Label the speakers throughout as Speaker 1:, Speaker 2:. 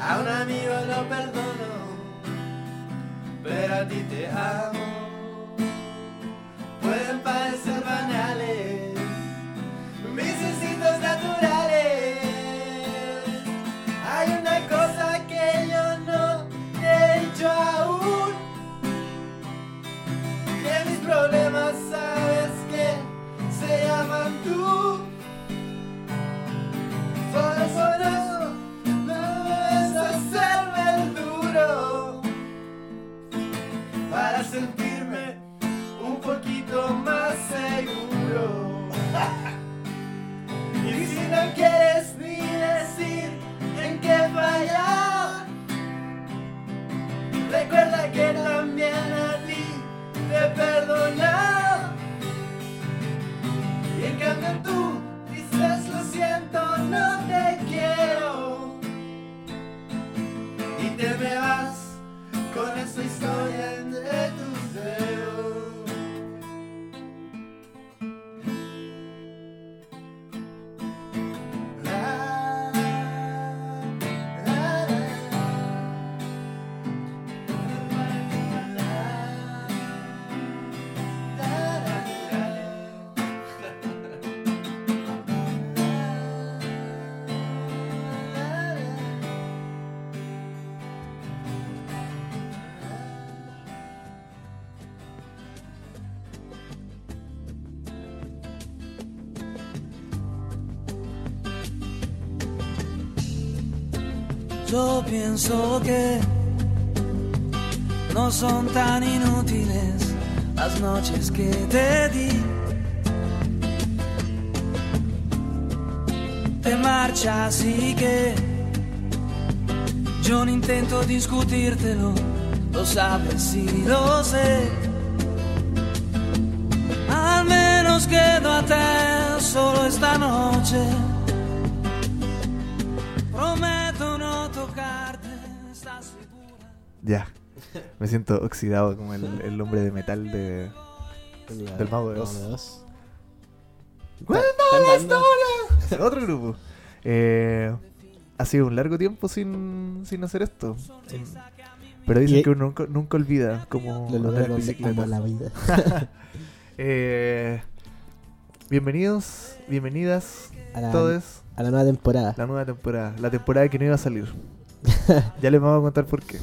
Speaker 1: amigo lo perdono, pero a ti te amo. Pueden parecer banales, mis instintos naturales. Hay una cosa que yo no te he dicho aún, que mis problemas sabes que se llaman tú. Por eso no no debes hacerme el duro para sentirme un poquito más seguro. Y si no quieres ni decir en qué fallar, recuerda que también a ti te perdonar. Y en cambio tú dices lo siento, no te quiero. Y te me vas con esa historia entre tus dedos. La, la, la. La, la, la.
Speaker 2: Yo pienso que no son tan inútiles las noches que te di. Te marcha así que yo no intento discutírtelo, lo sabes y lo sé. Al menos quédate solo esta noche. Prometo no tocarte, ¿estás segura?
Speaker 3: Ya. Me siento oxidado como el, el hombre de metal de.
Speaker 4: Pues
Speaker 3: Del Mago de Oz. Es Otro grupo. Eh, ha sido un largo tiempo sin, sin hacer esto. Pero dicen
Speaker 4: Y-
Speaker 3: que uno nunca, nunca olvida como andar
Speaker 4: Lo
Speaker 3: en
Speaker 4: lograron como
Speaker 3: bicicleta.
Speaker 4: la vida.
Speaker 3: Eh, bienvenidos, bienvenidas,
Speaker 4: A la,
Speaker 3: todos.
Speaker 4: a la nueva temporada.
Speaker 3: La nueva temporada, la temporada que no iba a salir. ya les vamos a contar por qué.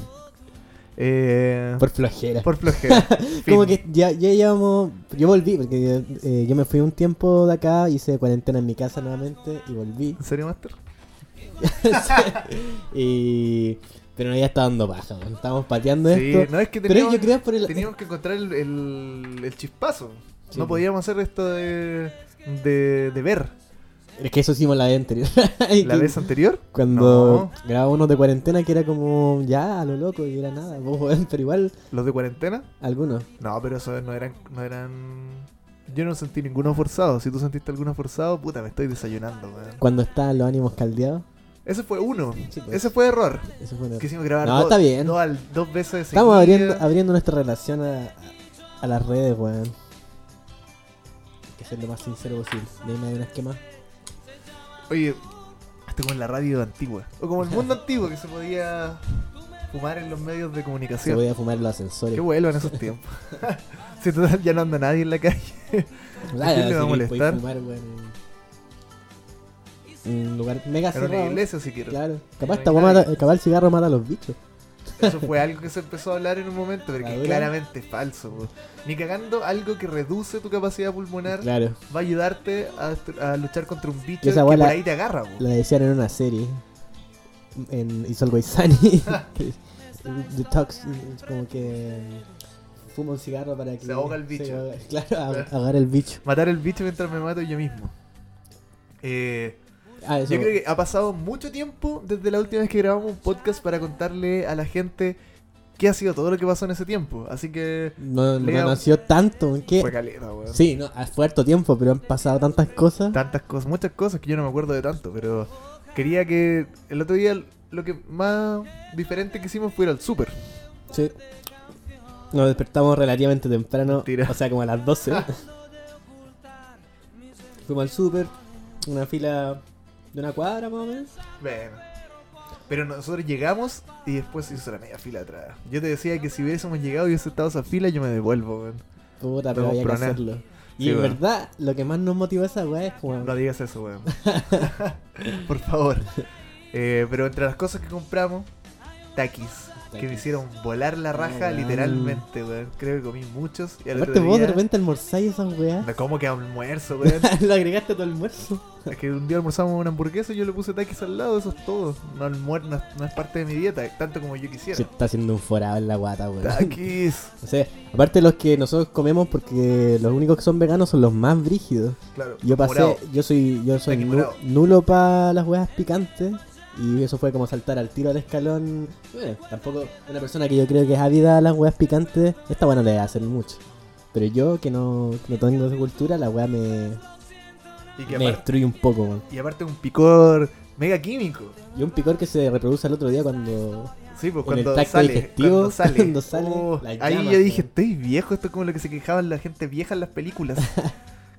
Speaker 3: Eh,
Speaker 4: Por flojera.
Speaker 3: por flojera.
Speaker 4: Como
Speaker 3: Fin.
Speaker 4: que ya, ya llevamos. Yo volví, porque eh, yo me fui un tiempo de acá, hice cuarentena en mi casa nuevamente y volví.
Speaker 3: ¿En serio, Master?
Speaker 4: y... Pero no, ya está dando paja, weón. Estamos pateando
Speaker 3: Sí,
Speaker 4: esto.
Speaker 3: no es que
Speaker 4: Pero
Speaker 3: teníamos,
Speaker 4: yo creo por el.
Speaker 3: teníamos que encontrar el, el- el chispazo.
Speaker 4: Sí,
Speaker 3: no
Speaker 4: pues.
Speaker 3: podíamos hacer esto de, de, de ver.
Speaker 4: Es que eso hicimos la vez anterior. Y
Speaker 3: La
Speaker 4: que-
Speaker 3: vez anterior,
Speaker 4: Cuando grababa uno de cuarentena que era como ya a lo loco y era nada, vos, weón, pero igual
Speaker 3: los de cuarentena.
Speaker 4: algunos.
Speaker 3: No, pero eso no eran, no eran. Yo no sentí ninguno forzado. Si tú sentiste alguno forzado, puta, me estoy desayunando, weón.
Speaker 4: Cuando estaban los ánimos caldeados.
Speaker 3: Ese fue uno.
Speaker 4: Sí, pues.
Speaker 3: Ese fue error.
Speaker 4: Eso fue una-
Speaker 3: Quisimos grabar
Speaker 4: No,
Speaker 3: dos,
Speaker 4: está bien.
Speaker 3: dos al- dos veces.
Speaker 4: Estamos abriendo,
Speaker 3: seguidas.
Speaker 4: abriendo nuestra relación a, a las redes, weón. Hay que ser lo más sincero posible. De ahí me un esquema.
Speaker 3: Oye, esto como en la radio antigua. O como el mundo antiguo que se podía fumar en los medios de
Speaker 4: Se
Speaker 3: comunicación.
Speaker 4: voy a fumar los ascensores.
Speaker 3: Qué bueno en esos tiempos. si total ya no anda nadie en la calle.
Speaker 4: Ah,
Speaker 3: ¿a quién le va a
Speaker 4: sí, podéis
Speaker 3: molestar?
Speaker 4: fumar, weón, en un lugar mega
Speaker 3: En una
Speaker 4: cerrado.
Speaker 3: iglesia si quieres.
Speaker 4: Claro.
Speaker 3: no
Speaker 4: Capaz,
Speaker 3: hay
Speaker 4: esta weá
Speaker 3: nadie.
Speaker 4: mata- capaz el cigarro mata a los bichos.
Speaker 3: Eso fue algo que se empezó a hablar en un momento, pero que
Speaker 4: Madura.
Speaker 3: claramente es falso. po. Ni cagando algo que reduce tu capacidad pulmonar
Speaker 4: Claro.
Speaker 3: va a ayudarte a, a luchar contra un bicho
Speaker 4: Y esa
Speaker 3: que
Speaker 4: bola-
Speaker 3: por ahí te agarra. po.
Speaker 4: La decían en una serie. En It's Always Sunny. que- Detox. Como que. mm, Fuma un cigarro para que.
Speaker 3: Se ahoga el bicho.
Speaker 4: ahoga- claro, ah- ahogar el bicho.
Speaker 3: Matar el bicho mientras me mato yo mismo. Eh,
Speaker 4: Ah, eso.
Speaker 3: Yo creo que ha pasado mucho tiempo desde la última vez que grabamos un podcast para contarle a la gente qué ha sido todo lo que pasó en ese tiempo. Así que
Speaker 4: No, no
Speaker 3: Leo.
Speaker 4: nació tanto. ¿en qué?
Speaker 3: fue caleta, weón.
Speaker 4: Sí, no, fue harto tiempo, pero han pasado tantas cosas.
Speaker 3: Tantas cosas, muchas cosas que yo no me acuerdo de tanto, pero quería que el otro día lo que más diferente que hicimos fue ir al súper.
Speaker 4: Sí. Nos despertamos relativamente temprano.
Speaker 3: Mentira.
Speaker 4: O sea, como a las 12. Fuimos al súper. Una fila de una cuadra más o menos.
Speaker 3: Bueno, Pero nosotros llegamos y después se hizo la media fila atrás. Yo te decía que si hubiésemos llegado y hubiese estado esa fila, yo me devuelvo, weón.
Speaker 4: Puta,
Speaker 3: No
Speaker 4: pero había que
Speaker 3: compro nada.
Speaker 4: hacerlo. Y
Speaker 3: Sí,
Speaker 4: en
Speaker 3: weón.
Speaker 4: verdad, lo que más nos motivó a esa weá es como.
Speaker 3: No digas eso, weón. Por favor. Eh, pero entre las cosas que compramos, taquis. Que me
Speaker 4: Takis. Ah,
Speaker 3: hicieron volar la raja,
Speaker 4: weón.
Speaker 3: literalmente, weón. Creo que comí muchos. Y al
Speaker 4: Aparte,
Speaker 3: otro
Speaker 4: vos de
Speaker 3: día,
Speaker 4: repente ¿eh? almorzáis esas weá.
Speaker 3: me como que almuerzo, weón.
Speaker 4: lo agregaste a tu almuerzo.
Speaker 3: Es que un día almorzamos una hamburguesa y yo le puse taquis al lado, eso es todo. No, almuer- no, es- no es parte de mi dieta, tanto como yo quisiera.
Speaker 4: Se está haciendo un forado en la guata, weón.
Speaker 3: Taquis.
Speaker 4: O sea, aparte los que nosotros comemos porque los únicos que son veganos son los más brígidos.
Speaker 3: Claro,
Speaker 4: Yo pasé,
Speaker 3: morado.
Speaker 4: yo soy, yo soy
Speaker 3: Aquí
Speaker 4: nu-
Speaker 3: morado.
Speaker 4: nulo para las huevas picantes y eso fue como saltar al tiro al escalón. Bueno, tampoco una persona que yo creo que es ávida a las huevas picantes, esta hueá no le hacen mucho. Pero yo que no, que no tengo esa cultura, la hueá me,
Speaker 3: Y que
Speaker 4: me
Speaker 3: aparte,
Speaker 4: destruye un poco. weón.
Speaker 3: y aparte un picor mega químico.
Speaker 4: Y un picor que se reproduce al otro día cuando...
Speaker 3: Sí, pues
Speaker 4: En el
Speaker 3: cuando
Speaker 4: tracto
Speaker 3: sale,
Speaker 4: digestivo,
Speaker 3: cuando sale,
Speaker 4: cuando sale,
Speaker 3: Oh,
Speaker 4: la
Speaker 3: ahí
Speaker 4: llama,
Speaker 3: yo dije,
Speaker 4: weón.
Speaker 3: estoy viejo, esto es como lo que se quejaban la gente vieja en las películas.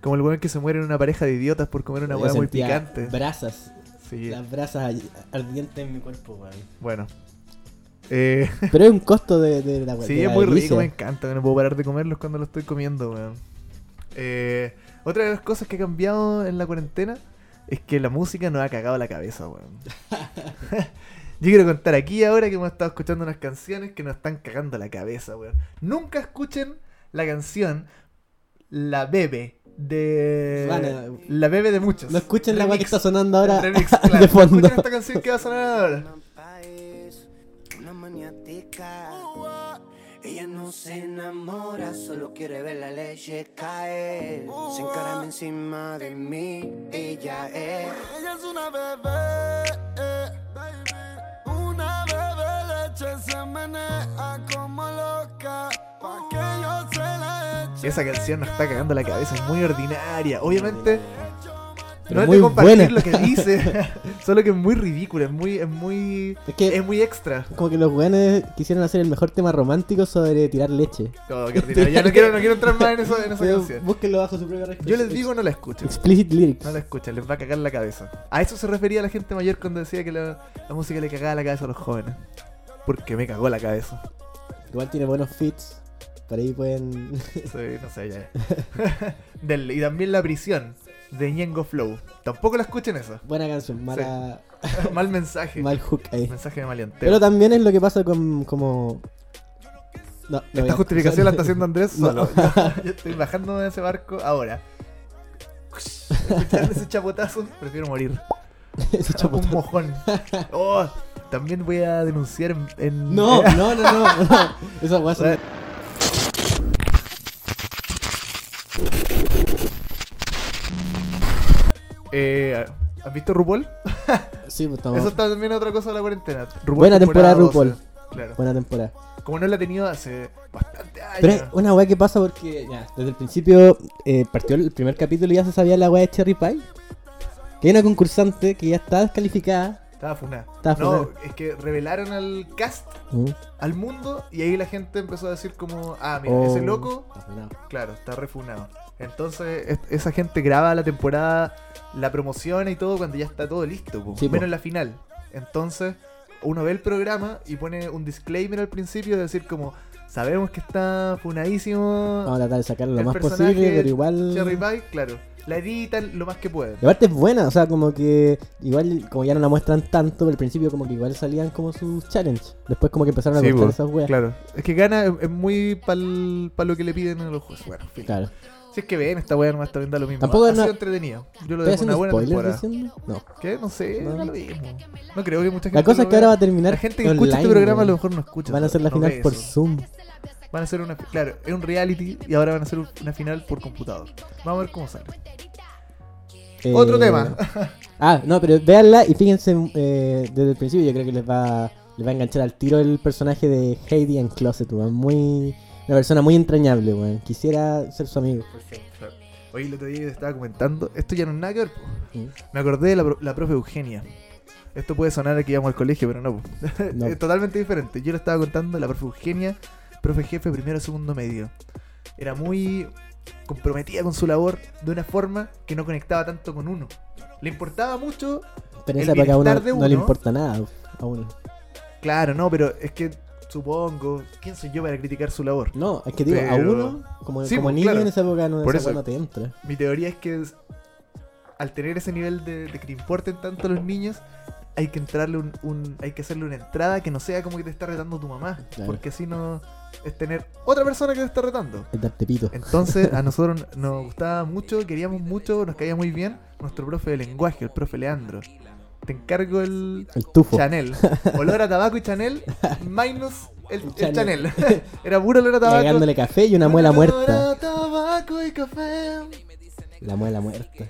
Speaker 3: como el weón que se muere en una pareja de idiotas por comer una
Speaker 4: yo
Speaker 3: hueá muy
Speaker 4: sentía
Speaker 3: picante.
Speaker 4: Brasas,
Speaker 3: Sí,
Speaker 4: las brasas ardientes en mi cuerpo, weón.
Speaker 3: bueno. Eh,
Speaker 4: Pero es un costo de, de la hueá.
Speaker 3: sí, es muy rico, me encanta, no puedo parar de comerlos cuando los estoy comiendo, weón. Eh, otra de las cosas que ha cambiado en la cuarentena es que la música nos ha cagado la cabeza, weón. Yo quiero contar aquí ahora que hemos estado escuchando unas canciones que nos están cagando la cabeza, weón. Nunca escuchen la canción La Bebe de...
Speaker 4: Vana.
Speaker 3: La Bebe de muchos.
Speaker 4: No escuchen la hueá que
Speaker 3: Remix.
Speaker 4: está sonando ahora
Speaker 3: El remix,
Speaker 4: de
Speaker 3: claro.
Speaker 4: fondo.
Speaker 3: Escuchen esta canción que va a sonar ahora.
Speaker 5: es una maniática. Ella no se enamora, solo quiere ver la leche caer. Se encarama encima de mí, ella es.
Speaker 1: Ella es una bebé, eh, una bebé leche se menea como loca, pa' que yo se la eche.
Speaker 3: Esa canción nos está cagando la cabeza, es muy ordinaria. Obviamente,
Speaker 4: Pero
Speaker 3: no es
Speaker 4: muy
Speaker 3: de compartir
Speaker 4: buena.
Speaker 3: lo que dice, solo que es muy ridícula, es muy, es muy,
Speaker 4: Es que
Speaker 3: es muy extra.
Speaker 4: Como que los weones quisieron hacer el mejor tema romántico sobre tirar leche.
Speaker 3: No, Oh, qué ordinario. Ya no quiero, no quiero entrar más en, eso- en esa
Speaker 4: Pero
Speaker 3: canción.
Speaker 4: Búsquenlo bajo su propia responsabilidad.
Speaker 3: Yo les digo, no la escuchen.
Speaker 4: Explicit lyrics.
Speaker 3: No la escuchen, les va a cagar la cabeza. A eso se refería la gente mayor cuando decía que la, la música le cagaba la cabeza a los jóvenes. Porque me cagó la cabeza.
Speaker 4: Igual tiene buenos fits. Por ahí pueden.
Speaker 3: Sí, no sé, ya. Del- y también La Prisión, de Ñengo Flow. Tampoco la escuchen esa.
Speaker 4: Buena canción, mala.
Speaker 3: Mal mensaje.
Speaker 4: Mal hook ahí.
Speaker 3: Mensaje de maleanteo.
Speaker 4: Pero también es lo que pasa con. como. No, no voy
Speaker 3: Esta
Speaker 4: a-
Speaker 3: justificación la está haciendo Andrés
Speaker 4: No.
Speaker 3: solo. Yo, yo estoy bajando de ese barco ahora. Escuchando ese chapotazo, prefiero morir.
Speaker 4: Ese chapotazo.
Speaker 3: Un mojón. Oh, también voy a denunciar en. en- eh,
Speaker 4: No, no, no, no. no. Esa weá son-
Speaker 3: Eh, ¿Has visto RuPaul?
Speaker 4: Sí, pues
Speaker 3: Eso
Speaker 4: estamos.
Speaker 3: está también otra cosa de la cuarentena. RuPaul
Speaker 4: Buena temporada RuPaul.
Speaker 3: 12, Claro.
Speaker 4: Buena temporada.
Speaker 3: Como no la he tenido hace bastante años.
Speaker 4: Pero es una weá que pasa porque ya, desde el principio eh, partió el primer capítulo y ya se sabía la weá de Cherry Pie. Que hay una concursante que ya está descalificada.
Speaker 3: Estaba funada.
Speaker 4: Estaba
Speaker 3: no,
Speaker 4: funada.
Speaker 3: es que revelaron al cast,
Speaker 4: Mm.
Speaker 3: al mundo, y ahí la gente empezó a decir como, ah, mira,
Speaker 4: Oh,
Speaker 3: ese loco
Speaker 4: está funado.
Speaker 3: Claro, está refunado. Entonces, es- esa gente graba la temporada, la promociona y todo cuando ya está todo listo, po,
Speaker 4: Sí, po.
Speaker 3: menos la final. Entonces, uno ve el programa y pone un disclaimer al principio de decir como, sabemos que está funadísimo
Speaker 4: Vamos a tratar de sacarlo lo
Speaker 3: El
Speaker 4: más
Speaker 3: personaje
Speaker 4: posible, pero
Speaker 3: Cherry
Speaker 4: igual.
Speaker 3: Pie, claro. La editan lo más que pueden.
Speaker 4: Y aparte es buena, o sea, como que igual, como ya no la muestran tanto, pero al principio como que igual salían como sus challenge. Después como que empezaron a
Speaker 3: Sí,
Speaker 4: cortar
Speaker 3: po,
Speaker 4: esas weas.
Speaker 3: Claro, es que gana es es muy para lo que le piden a los jueces. Bueno, en fin.
Speaker 4: Claro.
Speaker 3: Si es que ven, esta weá nomás está viendo lo mismo.
Speaker 4: Tampoco
Speaker 3: ha
Speaker 4: es
Speaker 3: sido
Speaker 4: una-
Speaker 3: entretenido. Yo lo dejo
Speaker 4: ¿Estoy
Speaker 3: una
Speaker 4: haciendo
Speaker 3: buena temporada.
Speaker 4: spoilers diciendo? No.
Speaker 3: ¿Qué? No sé,
Speaker 4: No.
Speaker 3: da lo mismo. No creo que mucha gente.
Speaker 4: La cosa es
Speaker 3: lo
Speaker 4: que ahora va
Speaker 3: vea.
Speaker 4: a terminar
Speaker 3: La gente que escucha este
Speaker 4: online,
Speaker 3: programa a
Speaker 4: weón.
Speaker 3: lo mejor no escucha.
Speaker 4: Van a hacer la
Speaker 3: no
Speaker 4: final
Speaker 3: ve
Speaker 4: por
Speaker 3: eso.
Speaker 4: Zoom.
Speaker 3: Van a hacer una. Claro, es un reality y ahora van a hacer una final por computador. Vamos a ver cómo sale.
Speaker 4: Eh,
Speaker 3: Otro tema.
Speaker 4: Ah, no, pero véanla y fíjense eh, desde el principio, yo creo que les va, les va a enganchar al tiro el personaje de Heidi en Closet, weón. Muy, una persona muy entrañable, weón. Quisiera ser su amigo.
Speaker 3: Hoy el otro día yo te estaba comentando. Esto ya no es nada que ver, po.
Speaker 4: Sí.
Speaker 3: Me acordé de la, pro- la profe Eugenia. Esto puede sonar a que íbamos al colegio, pero no. po.
Speaker 4: No.
Speaker 3: es totalmente diferente. Yo le estaba contando a la profe Eugenia, profe jefe primero, segundo medio. Era muy comprometida con su labor de una forma que no conectaba tanto con uno. Le importaba mucho
Speaker 4: Pero en
Speaker 3: El
Speaker 4: esa época a uno
Speaker 3: bienestar de
Speaker 4: no le
Speaker 3: uno.
Speaker 4: importa nada. a uno.
Speaker 3: Claro, no, pero es que supongo, ¿quién soy yo para criticar su labor?
Speaker 4: No, es que digo, a
Speaker 3: Pero-
Speaker 4: uno, como,
Speaker 3: Sí,
Speaker 4: como
Speaker 3: pues,
Speaker 4: niño
Speaker 3: claro.
Speaker 4: en esa época no,
Speaker 3: Por eso.
Speaker 4: esa weá no te entra.
Speaker 3: Mi teoría es que es- al tener ese nivel de, de que te importen tanto los niños, hay que entrarle un, un- hay que hacerle una entrada que no sea como que te está retando tu mamá,
Speaker 4: Claro.
Speaker 3: porque así no es tener otra persona que te está retando.
Speaker 4: Es darte pito.
Speaker 3: Eh, Entonces a nosotros nos gustaba mucho, queríamos mucho, nos caía muy bien nuestro profe de lenguaje, el profe Leandro. Te encargo el
Speaker 4: El tufo.
Speaker 3: Chanel. Olor a tabaco y Chanel minus el, el
Speaker 4: Chanel.
Speaker 3: Chanel. Era puro olor a tabaco.
Speaker 4: Cagándole café y una muela muerta.
Speaker 3: Olor a tabaco y café.
Speaker 4: La muela muerta.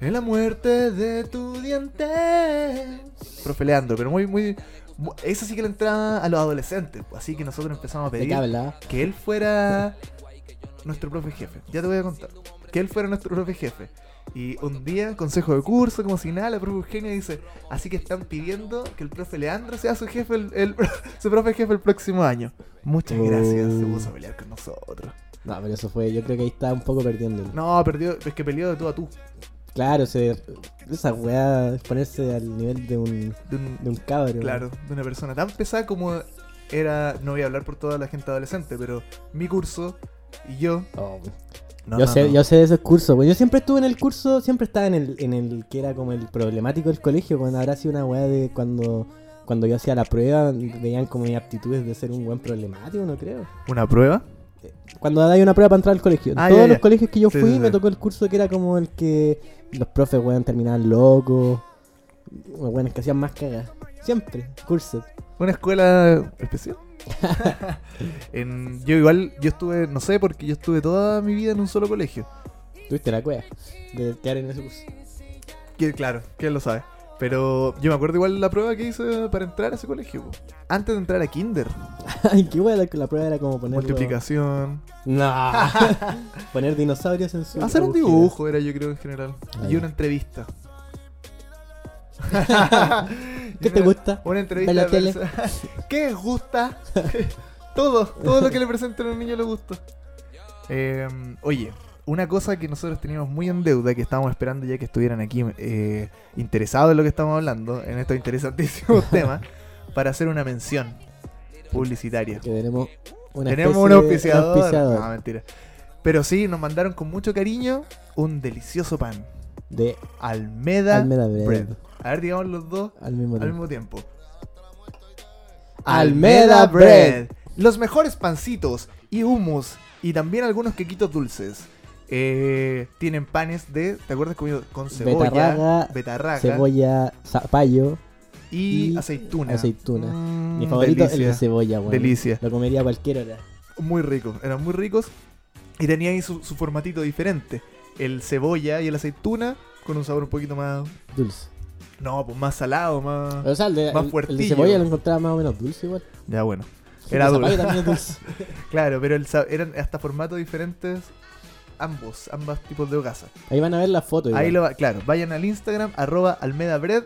Speaker 3: En la muerte de tu diente. Profe Leandro, pero muy, muy. mu- Eso sí que le entraba a los adolescentes. pues, Así que nosotros empezamos a
Speaker 4: ¿De qué
Speaker 3: pedir
Speaker 4: hablaba?
Speaker 3: que él fuera nuestro profe jefe. Ya te voy a contar. Que él fuera nuestro profe jefe. Y un día, consejo de curso, como si nada, la profe Eugenia dice, así que están pidiendo que el profe Leandro sea su jefe, el, el- su profe jefe el próximo año. Muchas gracias, se
Speaker 4: Oh.
Speaker 3: puso a pelear con nosotros.
Speaker 4: No, pero eso fue, yo creo que ahí estaba un poco perdiéndolo.
Speaker 3: No, perdió, es que peleó de tú a tú.
Speaker 4: Claro, se, esa weá es ponerse al nivel de un,
Speaker 3: De un-
Speaker 4: de un cabro.
Speaker 3: Claro, de una persona tan pesada como era, no voy a hablar por toda la gente adolescente, pero mi curso y yo...
Speaker 4: Oh, weón.
Speaker 3: No,
Speaker 4: yo,
Speaker 3: no,
Speaker 4: sé,
Speaker 3: no.
Speaker 4: yo sé de esos cursos, weón. Yo siempre estuve en el curso, siempre estaba en el, en el que era como el problemático del colegio, cuando habrá sido una weá de cuando, cuando yo hacía la prueba, veían como mis aptitudes de ser un buen problemático, no creo.
Speaker 3: ¿Una prueba?
Speaker 4: Cuando hay una prueba para entrar al colegio. En
Speaker 3: Ah,
Speaker 4: todos
Speaker 3: ya,
Speaker 4: los
Speaker 3: ya.
Speaker 4: colegios que yo
Speaker 3: Sí,
Speaker 4: fui
Speaker 3: sí,
Speaker 4: me
Speaker 3: sí.
Speaker 4: tocó el curso que era como el que los profes, weón, terminaban locos. Los weones que hacían más cagas. Siempre, cursos.
Speaker 3: ¿Una escuela especial? En- yo igual, yo estuve, no sé, porque yo estuve toda mi vida en un solo colegio.
Speaker 4: Tuviste la cueva de quedar en ese curso.
Speaker 3: Que claro, quién lo sabe. Pero yo me acuerdo igual la prueba que hice para entrar a ese colegio. po. Antes de entrar a Kinder.
Speaker 4: Ay, qué weá, la, la prueba era como poner.
Speaker 3: Multiplicación.
Speaker 4: No. poner dinosaurios en su.
Speaker 3: Hacer un
Speaker 4: agujero.
Speaker 3: dibujo era yo creo en general.
Speaker 4: Ah,
Speaker 3: Y
Speaker 4: ya.
Speaker 3: una entrevista.
Speaker 4: ¿Qué te gusta?
Speaker 3: Una entrevista.
Speaker 4: Ver la
Speaker 3: de
Speaker 4: tele.
Speaker 3: prensa. ¿Qué gusta? todo, todo lo que le presentan a un niño le gusta. Eh, oye, una cosa que nosotros teníamos muy en deuda, que estábamos esperando ya que estuvieran aquí eh, interesados en lo que estamos hablando, en estos interesantísimos temas, para hacer una mención publicitaria.
Speaker 4: Que tenemos una
Speaker 3: Tenemos
Speaker 4: especie
Speaker 3: un
Speaker 4: de-
Speaker 3: auspiciador.
Speaker 4: auspiciador
Speaker 3: No, mentira. Pero sí, nos mandaron con mucho cariño un delicioso pan.
Speaker 4: de
Speaker 3: Almeda,
Speaker 4: Almeda Bread.
Speaker 3: Bread. A ver, digamos los dos
Speaker 4: Al mismo
Speaker 3: al
Speaker 4: tiempo.
Speaker 3: mismo tiempo.
Speaker 4: Almeda Bread.
Speaker 3: Los mejores pancitos y hummus y también algunos quequitos dulces. Eh, tienen panes de, ¿te acuerdas? Comido con cebolla,
Speaker 4: Betarraga,
Speaker 3: betarraga
Speaker 4: Cebolla, zapallo.
Speaker 3: y,
Speaker 4: y
Speaker 3: aceituna.
Speaker 4: aceituna.
Speaker 3: Mm,
Speaker 4: Mi favorito es el de
Speaker 3: delicia.
Speaker 4: cebolla, weón.
Speaker 3: Delicia.
Speaker 4: Lo comería a cualquier hora.
Speaker 3: Muy ricos, eran muy ricos y tenían ahí su, su formatito diferente. El cebolla y el aceituna con un sabor un poquito más,
Speaker 4: Dulce.
Speaker 3: no, pues más salado, más...
Speaker 4: O sea, el de,
Speaker 3: Ah, Más
Speaker 4: el- el de
Speaker 3: fuertillo.
Speaker 4: cebolla lo encontraba más o menos dulce igual.
Speaker 3: Ya bueno.
Speaker 4: El
Speaker 3: Era
Speaker 4: de
Speaker 3: dulce.
Speaker 4: zapallo también es dulce.
Speaker 3: Claro, pero el sa- eran hasta formatos diferentes ambos, ambas tipos de hogaza.
Speaker 4: Ahí van a ver la foto. igual.
Speaker 3: Ahí lo va- claro, vayan al Instagram, arroba almedabread,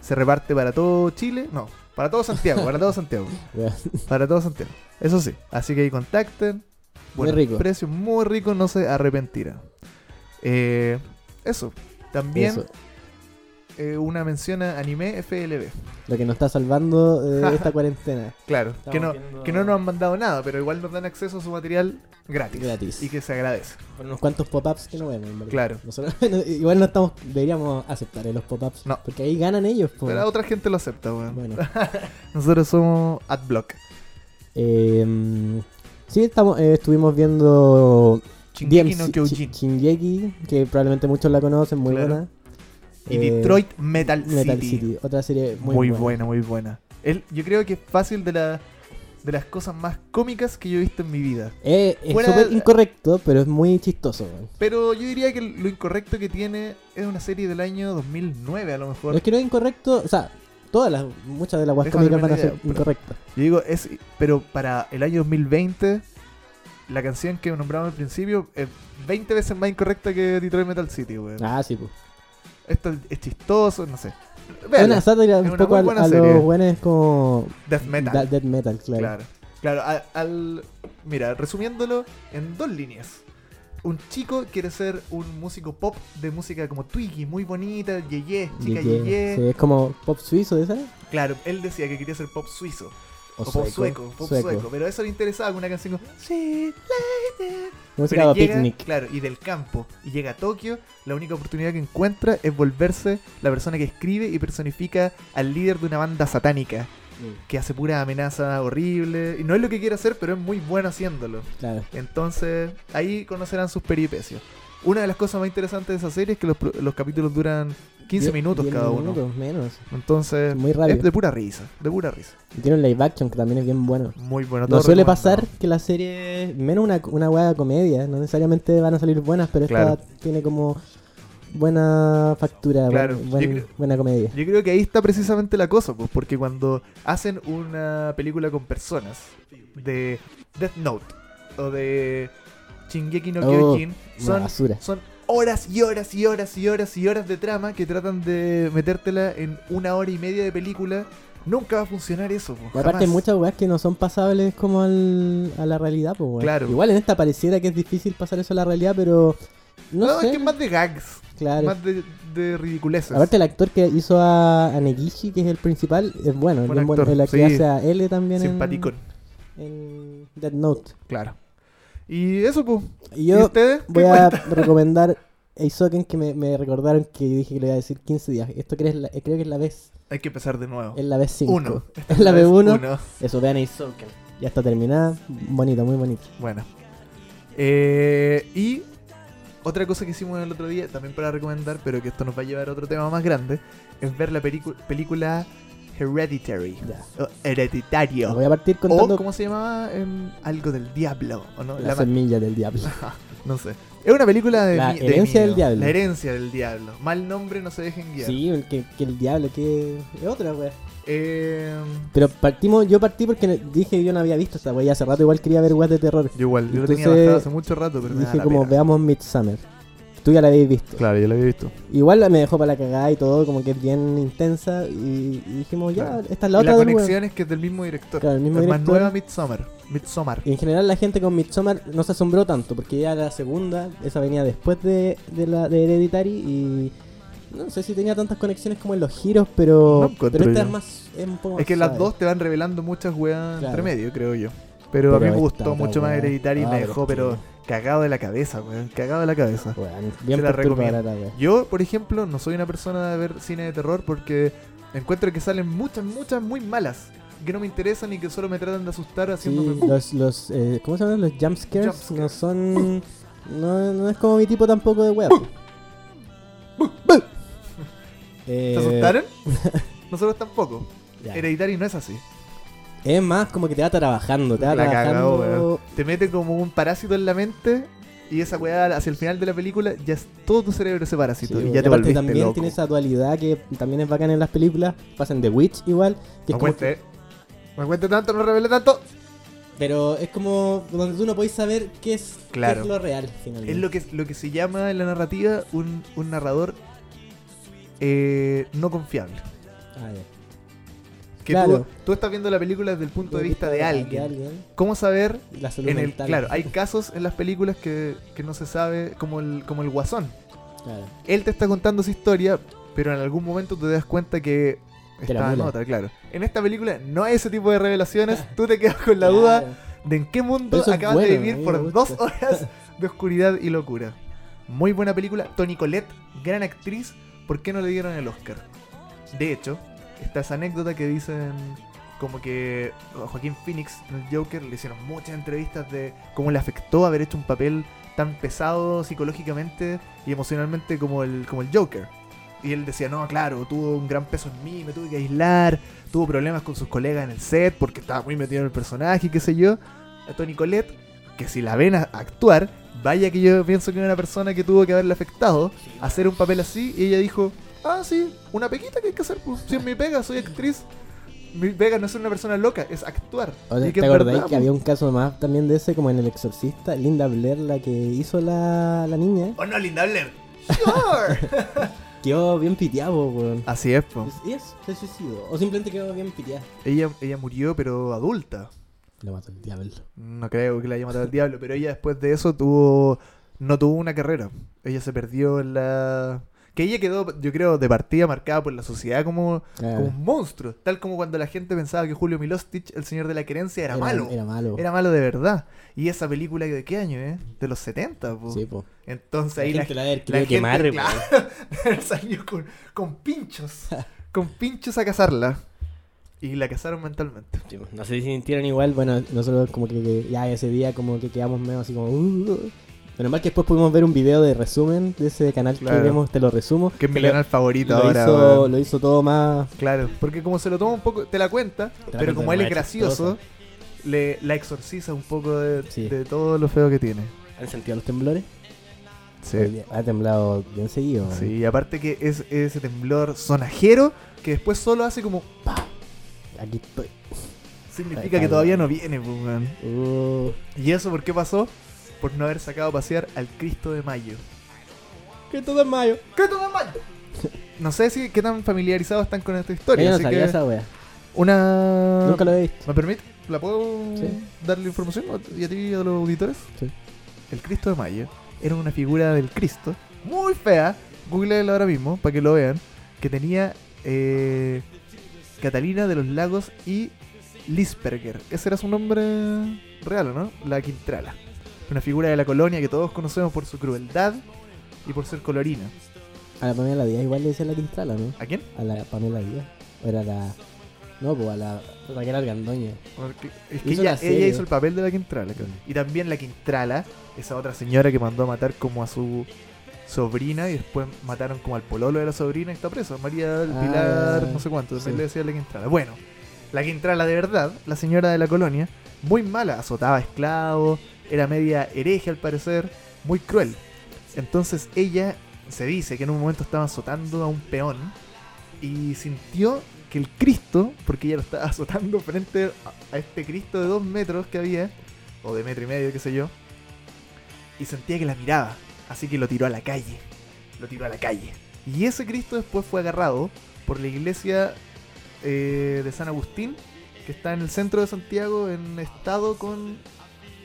Speaker 3: se reparte para todo Chile, no, para todo Santiago, para todo Santiago,
Speaker 4: Weón.
Speaker 3: para todo Santiago, eso sí, así que ahí contacten, buenos
Speaker 4: rico.
Speaker 3: precios, muy rico, no se arrepentirán. Eh, eso, también
Speaker 4: Eso.
Speaker 3: eh, una mención a anime FLB,
Speaker 4: Lo que nos está salvando de esta cuarentena.
Speaker 3: claro, que no,
Speaker 4: Estamos viendo-
Speaker 3: que no nos han mandado nada, pero igual nos dan acceso a su material gratis,
Speaker 4: Gratis.
Speaker 3: y que se agradece.
Speaker 4: Por unos cuantos pop-ups que no vemos, en verdad.
Speaker 3: Claro.
Speaker 4: Nosotros, igual no estamos, deberíamos aceptar eh, los pop-ups.
Speaker 3: No.
Speaker 4: Porque ahí ganan ellos. po.
Speaker 3: Pero a otra gente lo acepta, weón.
Speaker 4: Bueno.
Speaker 3: Nosotros somos Adblock.
Speaker 4: Eh, sí, estamos, eh, estuvimos viendo
Speaker 3: Shingeki no
Speaker 4: DMC
Speaker 3: Kyojin.
Speaker 4: Shi- Shingeki, que probablemente muchos la conocen, muy
Speaker 3: Claro.
Speaker 4: buena.
Speaker 3: Y
Speaker 4: Eh,
Speaker 3: Detroit Metal,
Speaker 4: Metal
Speaker 3: City.
Speaker 4: City. otra serie muy,
Speaker 3: Muy, buena. muy buena. Él, yo creo que es fácil de, la- de las cosas más cómicas que yo he visto en mi vida.
Speaker 4: Eh, es
Speaker 3: Fuera-
Speaker 4: súper incorrecto, pero es muy chistoso. weón.
Speaker 3: Pero yo diría que lo incorrecto que tiene es una serie del año 2009, a lo mejor.
Speaker 4: No es que no es incorrecto, o sea, todas las, muchas de las guas
Speaker 3: Déjame
Speaker 4: cómicas van a
Speaker 3: terminar
Speaker 4: ser
Speaker 3: la idea,
Speaker 4: incorrectas.
Speaker 3: Yo digo, es, pero para el año 2020, la canción que nombramos al principio es 20 veces más incorrecta que Detroit Metal City, weón.
Speaker 4: Ah, sí, pues.
Speaker 3: Esto es chistoso, no sé.
Speaker 4: Es
Speaker 3: Véanla.
Speaker 4: una sátira
Speaker 3: Es
Speaker 4: un
Speaker 3: una
Speaker 4: poco
Speaker 3: muy
Speaker 4: a,
Speaker 3: buena
Speaker 4: a
Speaker 3: serie.
Speaker 4: los buenos como.
Speaker 3: Death Metal.
Speaker 4: da- death metal, claro.
Speaker 3: Claro, claro, a- al, mira, resumiéndolo en dos líneas. un chico quiere ser un músico pop de música como Twiggy, muy bonita, yeye, chica
Speaker 4: Yeye.
Speaker 3: yeye.
Speaker 4: Sí, es como pop suizo de esa.
Speaker 3: Claro, él decía que quería ser pop suizo. O, pop sueco, pop sueco. Pero eso le interesaba con una canción como Sweet Lady.
Speaker 4: Música
Speaker 3: Pero
Speaker 4: para
Speaker 3: llega,
Speaker 4: picnic.
Speaker 3: Claro, y del campo. Y llega a Tokio, la única oportunidad que encuentra es volverse la persona que escribe y personifica al líder de una banda satánica.
Speaker 4: Mm,
Speaker 3: Que hace pura amenaza horrible. Y no es lo que quiere hacer, pero es muy bueno haciéndolo.
Speaker 4: Claro.
Speaker 3: Entonces, ahí conocerán sus peripecias. Una de las cosas más interesantes de esa serie es que los, pro- los capítulos duran 15
Speaker 4: Die-
Speaker 3: minutos
Speaker 4: 10
Speaker 3: cada uno.
Speaker 4: minutos, menos.
Speaker 3: Entonces,
Speaker 4: Muy rápido.
Speaker 3: es de pura risa, de pura risa.
Speaker 4: Y tiene un live action que también es bien bueno.
Speaker 3: Muy bueno.
Speaker 4: No
Speaker 3: todo
Speaker 4: suele
Speaker 3: recomendado.
Speaker 4: pasar que la serie, menos una, una hueá de comedia, no necesariamente van a salir buenas, pero
Speaker 3: Claro.
Speaker 4: esta tiene como buena factura,
Speaker 3: Claro,
Speaker 4: buen- buen-
Speaker 3: yo creo-
Speaker 4: buena comedia.
Speaker 3: Yo creo que ahí está precisamente la cosa, pues, porque cuando hacen una película con personas de Death Note o de Shingeki no
Speaker 4: Oh,
Speaker 3: Kyojin,
Speaker 4: una
Speaker 3: son,
Speaker 4: basura.
Speaker 3: son horas y horas y horas y horas y horas de trama que tratan de metértela en una hora y media de película. Nunca va a funcionar eso, pues,
Speaker 4: Y aparte hay
Speaker 3: jamás.
Speaker 4: muchas weas que no son pasables como al, a la realidad, pues weón.
Speaker 3: Claro.
Speaker 4: Igual en esta pareciera que es difícil pasar eso a la realidad, pero no,
Speaker 3: No,
Speaker 4: sé.
Speaker 3: es que es más de gags,
Speaker 4: Claro.
Speaker 3: más de, de ridiculeces.
Speaker 4: Aparte el actor que hizo a, a Negishi, que es el principal, es bueno. es
Speaker 3: Buen
Speaker 4: bien bueno.
Speaker 3: actor,
Speaker 4: el que
Speaker 3: sí.
Speaker 4: hace a L también en-
Speaker 3: Simpaticón,
Speaker 4: en Dead Note.
Speaker 3: claro. Y eso, pues.
Speaker 4: Y
Speaker 3: ¿Y
Speaker 4: yo
Speaker 3: ustedes? ¿Qué
Speaker 4: Voy
Speaker 3: cuentan?
Speaker 4: a recomendar Eisoken que me, me recordaron que yo dije que lo iba a decir 15 días. Esto creo, es la- creo que es la vez,
Speaker 3: Hay que empezar de nuevo.
Speaker 4: es la vez 5.
Speaker 3: Uno.
Speaker 4: Es la vez 1.
Speaker 3: Uno.
Speaker 4: Eso, vean Eisoken. Ya está terminada. Bonita, muy bonita.
Speaker 3: Bueno. Eh, y otra cosa que hicimos el otro día, también para recomendar, pero que esto nos va a llevar a otro tema más grande, es ver la pericu- película Hereditary.
Speaker 4: Ya.
Speaker 3: o
Speaker 4: Os
Speaker 3: Hereditario.
Speaker 4: Voy a partir
Speaker 3: O
Speaker 4: contando
Speaker 3: como se llamaba en algo del diablo, ¿o no?
Speaker 4: la,
Speaker 3: Oh, La ma-
Speaker 4: semilla del diablo.
Speaker 3: no sé. Es una película de,
Speaker 4: La
Speaker 3: mi- de
Speaker 4: herencia del
Speaker 3: mío.
Speaker 4: diablo.
Speaker 3: La herencia del diablo. Mal nombre, no se dejen guiar.
Speaker 4: Sí, el que, que el diablo, que es otra wea.
Speaker 3: Eh,
Speaker 4: Pero partimos, yo partí porque no- dije que yo no había visto esta wea y hace rato igual quería ver weas de terror.
Speaker 3: yo igual, yo lo tenía
Speaker 4: Entonces,
Speaker 3: bajado hace mucho rato, pero me da
Speaker 4: dije
Speaker 3: la
Speaker 4: como
Speaker 3: pena.
Speaker 4: veamos Midsummer. Tú ya la habéis visto.
Speaker 3: Claro, yo lo había visto.
Speaker 4: Igual la- me dejó para la cagada y todo, como que es bien intensa. Y, y dijimos, ya,
Speaker 3: Claro.
Speaker 4: esta es la
Speaker 3: y la
Speaker 4: otra del weón.
Speaker 3: conexión es que es del mismo director.
Speaker 4: Claro, el mismo
Speaker 3: es más
Speaker 4: director.
Speaker 3: nueva Midsommar. Midsommar.
Speaker 4: Y en general la gente con Midsommar no se asombró tanto, porque ya la segunda, esa venía después de, de la de Hereditary y no sé si tenía tantas conexiones como en los giros,
Speaker 3: No
Speaker 4: pero,
Speaker 3: encuentro
Speaker 4: pero esta
Speaker 3: yo.
Speaker 4: es más es un poco
Speaker 3: Es
Speaker 4: más
Speaker 3: que las
Speaker 4: suave.
Speaker 3: dos te van revelando muchas weas
Speaker 4: Claro.
Speaker 3: entre medio, creo yo. Pero, a mí
Speaker 4: Pero
Speaker 3: me
Speaker 4: esta
Speaker 3: gustó
Speaker 4: otra
Speaker 3: mucho más
Speaker 4: wea.
Speaker 3: Hereditary y
Speaker 4: Ah,
Speaker 3: me
Speaker 4: pero
Speaker 3: dejó,
Speaker 4: es que-
Speaker 3: pero cagado de la cabeza, weón. Cagado de la cabeza.
Speaker 4: Weón, bien
Speaker 3: Se la
Speaker 4: perturbadora
Speaker 3: recomiendo.
Speaker 4: la wea.
Speaker 3: Yo, por ejemplo, no soy una persona de ver cine de terror porque encuentro que salen muchas, muchas muy malas. Que no me interesan y que solo me tratan de asustar haciéndome.
Speaker 4: Sí, los los eh, ¿cómo se llaman? Los jump scares
Speaker 3: Jump scare.
Speaker 4: no son no, no es como mi tipo tampoco de web. Eh,
Speaker 3: ¿Te asustaron? Nosotros tampoco. Hereditary no es así.
Speaker 4: Es más como que te va trabajando, te va
Speaker 3: La
Speaker 4: trabajando.
Speaker 3: cagó, weón. Te mete como un parásito en la mente y esa weá hacia el final de la película ya es todo tu cerebro ese parásito
Speaker 4: Sí,
Speaker 3: y ya te
Speaker 4: aparte
Speaker 3: volviste
Speaker 4: también
Speaker 3: loco.
Speaker 4: tiene esa dualidad que también es bacana en las películas. Pasan The Witch igual. Que
Speaker 3: No
Speaker 4: es como
Speaker 3: cuente, eh. no cuente tanto, no revele tanto.
Speaker 4: que- pero es como donde tú no podés saber qué es, qué
Speaker 3: Claro.
Speaker 4: es lo real finalmente.
Speaker 3: Es lo que, lo que se llama en la narrativa un, un narrador eh, no confiable.
Speaker 4: Ah, ya.
Speaker 3: Que
Speaker 4: Claro.
Speaker 3: tú, tú estás viendo la película desde el punto de vista de alguien. ¿Cómo saber?
Speaker 4: La salud
Speaker 3: En el,
Speaker 4: mental.
Speaker 3: claro, hay casos en las películas que, que no se sabe, como el, como el guasón.
Speaker 4: Claro.
Speaker 3: él te está contando su historia, pero en algún momento te das cuenta que
Speaker 4: Que la
Speaker 3: está en
Speaker 4: mula.
Speaker 3: otra, claro. En esta película no hay ese tipo de revelaciones, tú te quedas con la duda
Speaker 4: Claro.
Speaker 3: de en qué mundo
Speaker 4: Pero eso es
Speaker 3: acabas de
Speaker 4: bueno, a
Speaker 3: vivir
Speaker 4: mí me
Speaker 3: por
Speaker 4: gusta.
Speaker 3: dos horas de oscuridad y locura. Muy buena película, Toni Collette, gran actriz, ¿por qué no le dieron el Oscar? De hecho, está esa anécdota que dicen como que a Joaquín Phoenix, en el Joker, le hicieron muchas entrevistas de cómo le afectó haber hecho un papel tan pesado psicológicamente y emocionalmente como el, como el Joker. Y él decía, no, claro, tuvo un gran peso en mí, me tuve que aislar, tuvo problemas con sus colegas en el set porque estaba muy metido en el personaje y qué sé yo. A Toni Collette, que si la ven a actuar, vaya que yo pienso que era una persona que tuvo que haberle afectado hacer un papel así y ella dijo, ah, sí, una pequita que hay que hacer, pues, si es mi pega, soy actriz. Mi pega no es ser una persona loca, es actuar.
Speaker 4: O sea,
Speaker 3: Y que
Speaker 4: ¿Te
Speaker 3: es
Speaker 4: acordáis
Speaker 3: verdad,
Speaker 4: que había un caso más también de ese, como en El Exorcista? Linda Blair, la que hizo la, la niña,
Speaker 3: Oh no, Linda Blair. Sure.
Speaker 4: quedó bien piteado, weón.
Speaker 3: Así es, po.
Speaker 4: Y es- se suicidó. O simplemente quedó bien piteada.
Speaker 3: Ella, ella murió, pero adulta.
Speaker 4: Lo mató el diablo.
Speaker 3: No creo que la haya matado el diablo, pero ella después de eso tuvo no tuvo una carrera. Ella se perdió en la... Que ella quedó, yo creo, de partida marcada por la sociedad como,
Speaker 4: Claro.
Speaker 3: como un monstruo. Tal como cuando la gente pensaba que Julio Milostich, el señor de la querencia, era, malo.
Speaker 4: Era malo.
Speaker 3: Era malo de verdad. Y esa película de qué año, ¿eh? De los 70, po.
Speaker 4: Sí, po.
Speaker 3: Entonces
Speaker 4: La
Speaker 3: ahí
Speaker 4: gente la debe haber querido
Speaker 3: gente,
Speaker 4: quemar, po.
Speaker 3: claro, debe haber salido con, con pinchos. con pinchos a cazarla. Y la cazaron mentalmente.
Speaker 4: Sí, po. No sé si sintieron igual, bueno, nosotros como que- que ya ese día como que quedamos medio así como... "Uh". Menos mal que después pudimos ver un video de resumen de ese canal
Speaker 3: Claro.
Speaker 4: que vemos, te lo resumo.
Speaker 3: Que es mi
Speaker 4: lo-
Speaker 3: canal favorito
Speaker 4: lo,
Speaker 3: ahora.
Speaker 4: hizo,
Speaker 3: weón.
Speaker 4: lo hizo todo más...
Speaker 3: Claro, porque como se lo toma un poco, te la cuenta, pero
Speaker 4: cuenta
Speaker 3: como él es
Speaker 4: más
Speaker 3: gracioso, le, la exorciza un poco de,
Speaker 4: Sí.
Speaker 3: de todo lo feo que tiene.
Speaker 4: ¿Han sentido los temblores?
Speaker 3: Sí.
Speaker 4: Ha temblado bien seguido. weón.
Speaker 3: Sí, y aparte que es ese temblor sonajero que después solo hace como.
Speaker 4: Aquí estoy.
Speaker 3: Significa
Speaker 4: Ay,
Speaker 3: que
Speaker 4: ay,
Speaker 3: todavía
Speaker 4: ay.
Speaker 3: no viene, pues, weón.
Speaker 4: Uh,
Speaker 3: ¿Y eso por qué pasó? Por no haber sacado a pasear al Cristo de Mayo.
Speaker 4: que todo es mayo.
Speaker 3: ¡Cristo de Mayo! No sé si qué tan familiarizados están con esta
Speaker 4: Yo
Speaker 3: historia.
Speaker 4: no
Speaker 3: así
Speaker 4: sabía
Speaker 3: que
Speaker 4: esa wea.
Speaker 3: Una.
Speaker 4: Nunca lo he visto.
Speaker 3: ¿Me permite? ¿La puedo
Speaker 4: Sí.
Speaker 3: darle información a- y a ti y a los auditores?
Speaker 4: Sí.
Speaker 3: El Cristo de Mayo era una figura del Cristo muy fea, googleenla ahora mismo para que lo vean, que tenía eh, Catalina de los Lagos y Lisperger. Ese era su nombre real, ¿o ¿no? La Quintrala. Una figura de la colonia que todos conocemos por su crueldad y por ser colorina.
Speaker 4: A la Pamela Díaz igual le decía la Quintrala, ¿no?
Speaker 3: ¿A quién?
Speaker 4: A la Pamela Díaz. O era la... No, pues a la Raquel Argandoña.
Speaker 3: Porque es que
Speaker 4: Hizo
Speaker 3: ella,
Speaker 4: la
Speaker 3: ella
Speaker 4: serie.
Speaker 3: hizo el papel de la Quintrala. creo. Y también la Quintrala, esa otra señora que mandó a matar como a su sobrina y después mataron como al pololo de la sobrina y está presa. María del
Speaker 4: Ah,
Speaker 3: Pilar, no sé cuánto, también
Speaker 4: sí.
Speaker 3: le decía la Quintrala. Bueno, la Quintrala de verdad, la señora de la colonia, muy mala, azotaba a esclavos, era media hereje al parecer, muy cruel. Entonces ella se dice que en un momento estaba azotando a un peón y sintió que el Cristo, porque ella lo estaba azotando frente a, a este Cristo de dos metros que había, o de metro y medio, qué sé yo, y sentía que la miraba, así que lo tiró a la calle, lo tiró a la calle. Y ese Cristo después fue agarrado por la iglesia eh, de San Agustín, que está en el centro de Santiago, en estado con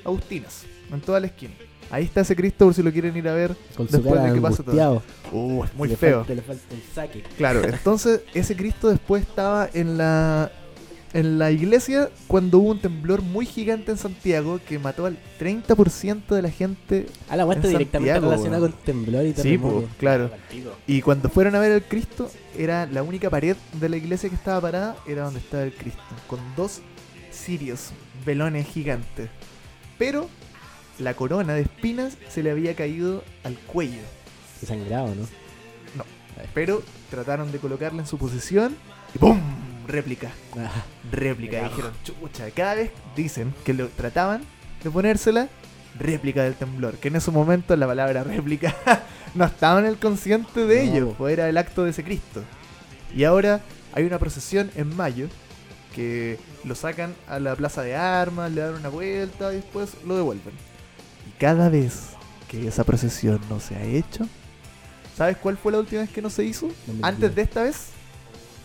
Speaker 3: Agustinas, en toda la esquina. Ahí está ese Cristo por si lo quieren ir a ver.
Speaker 4: Con su
Speaker 3: Después
Speaker 4: cara
Speaker 3: de que pasa todo.
Speaker 4: angustiado.
Speaker 3: Uh, es muy
Speaker 4: Le
Speaker 3: feo.
Speaker 4: falta- le falta el saque.
Speaker 3: Claro, entonces ese Cristo después estaba en la en la iglesia cuando hubo un temblor muy gigante en Santiago que mató al 30% de la gente
Speaker 4: A Ah, la wea está
Speaker 3: En
Speaker 4: directamente
Speaker 3: Santiago,
Speaker 4: relacionada
Speaker 3: weón.
Speaker 4: con temblor y
Speaker 3: Sí,
Speaker 4: terremoto.
Speaker 3: pues, claro. Y cuando fueron a ver al Cristo, era la única pared de la iglesia que estaba parada, era donde estaba el Cristo, con dos cirios, velones gigantes. Pero la corona de espinas se le había caído al cuello.
Speaker 4: Y sangrado, ¿no?
Speaker 3: Pero trataron de colocarla en su posición y ¡pum! réplica.
Speaker 4: Ah,
Speaker 3: réplica.
Speaker 4: Cagajo.
Speaker 3: Dijeron, ah, chucha, cada vez dicen que lo trataban de ponérsela, réplica del temblor. Que en ese momento la palabra réplica no estaba en el consciente de
Speaker 4: No,
Speaker 3: ellos,
Speaker 4: po.
Speaker 3: pues, era el acto de ese Cristo. Y ahora hay una procesión en mayo que lo sacan a la plaza de armas, le dan una vuelta y después lo devuelven. Y cada vez que esa procesión no se ha hecho, ¿sabes cuál fue la última vez que no se hizo?
Speaker 4: 2010.
Speaker 3: Antes de esta vez,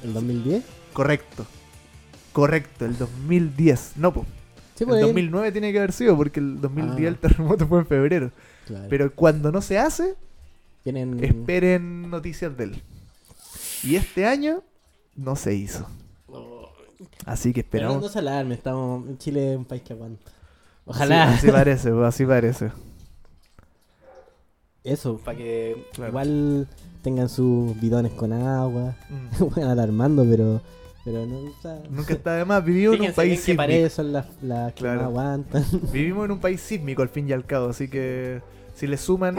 Speaker 4: ¿El 2010?
Speaker 3: Correcto. Correcto, el 2010. No, po.
Speaker 4: Sí, por
Speaker 3: El
Speaker 4: ahí.
Speaker 3: 2009 tiene que haber sido porque el 2010
Speaker 4: Ah.
Speaker 3: el terremoto fue en febrero.
Speaker 4: Claro. Mm.
Speaker 3: Pero cuando no se hace,
Speaker 4: Tienen...
Speaker 3: esperen noticias de él. Y este año no se hizo. Así que
Speaker 4: Oh. Pero no
Speaker 3: esperamos.
Speaker 4: se alarme, estamos... en Chile es un país que aguanta.
Speaker 3: Sí,
Speaker 4: Ojalá.
Speaker 3: así parece, po, así parece.
Speaker 4: Eso, para que
Speaker 3: Claro.
Speaker 4: igual tengan sus bidones con agua.
Speaker 3: Mm.
Speaker 4: Bueno, alarmando, pero. Pero no. O sea,
Speaker 3: Nunca está de más. Vivimos en un
Speaker 4: fíjense
Speaker 3: país
Speaker 4: bien que
Speaker 3: sísmico.
Speaker 4: paredes son las, las que
Speaker 3: Claro.
Speaker 4: no aguantan.
Speaker 3: Vivimos en un país sísmico al fin y al cabo. Así que si le suman.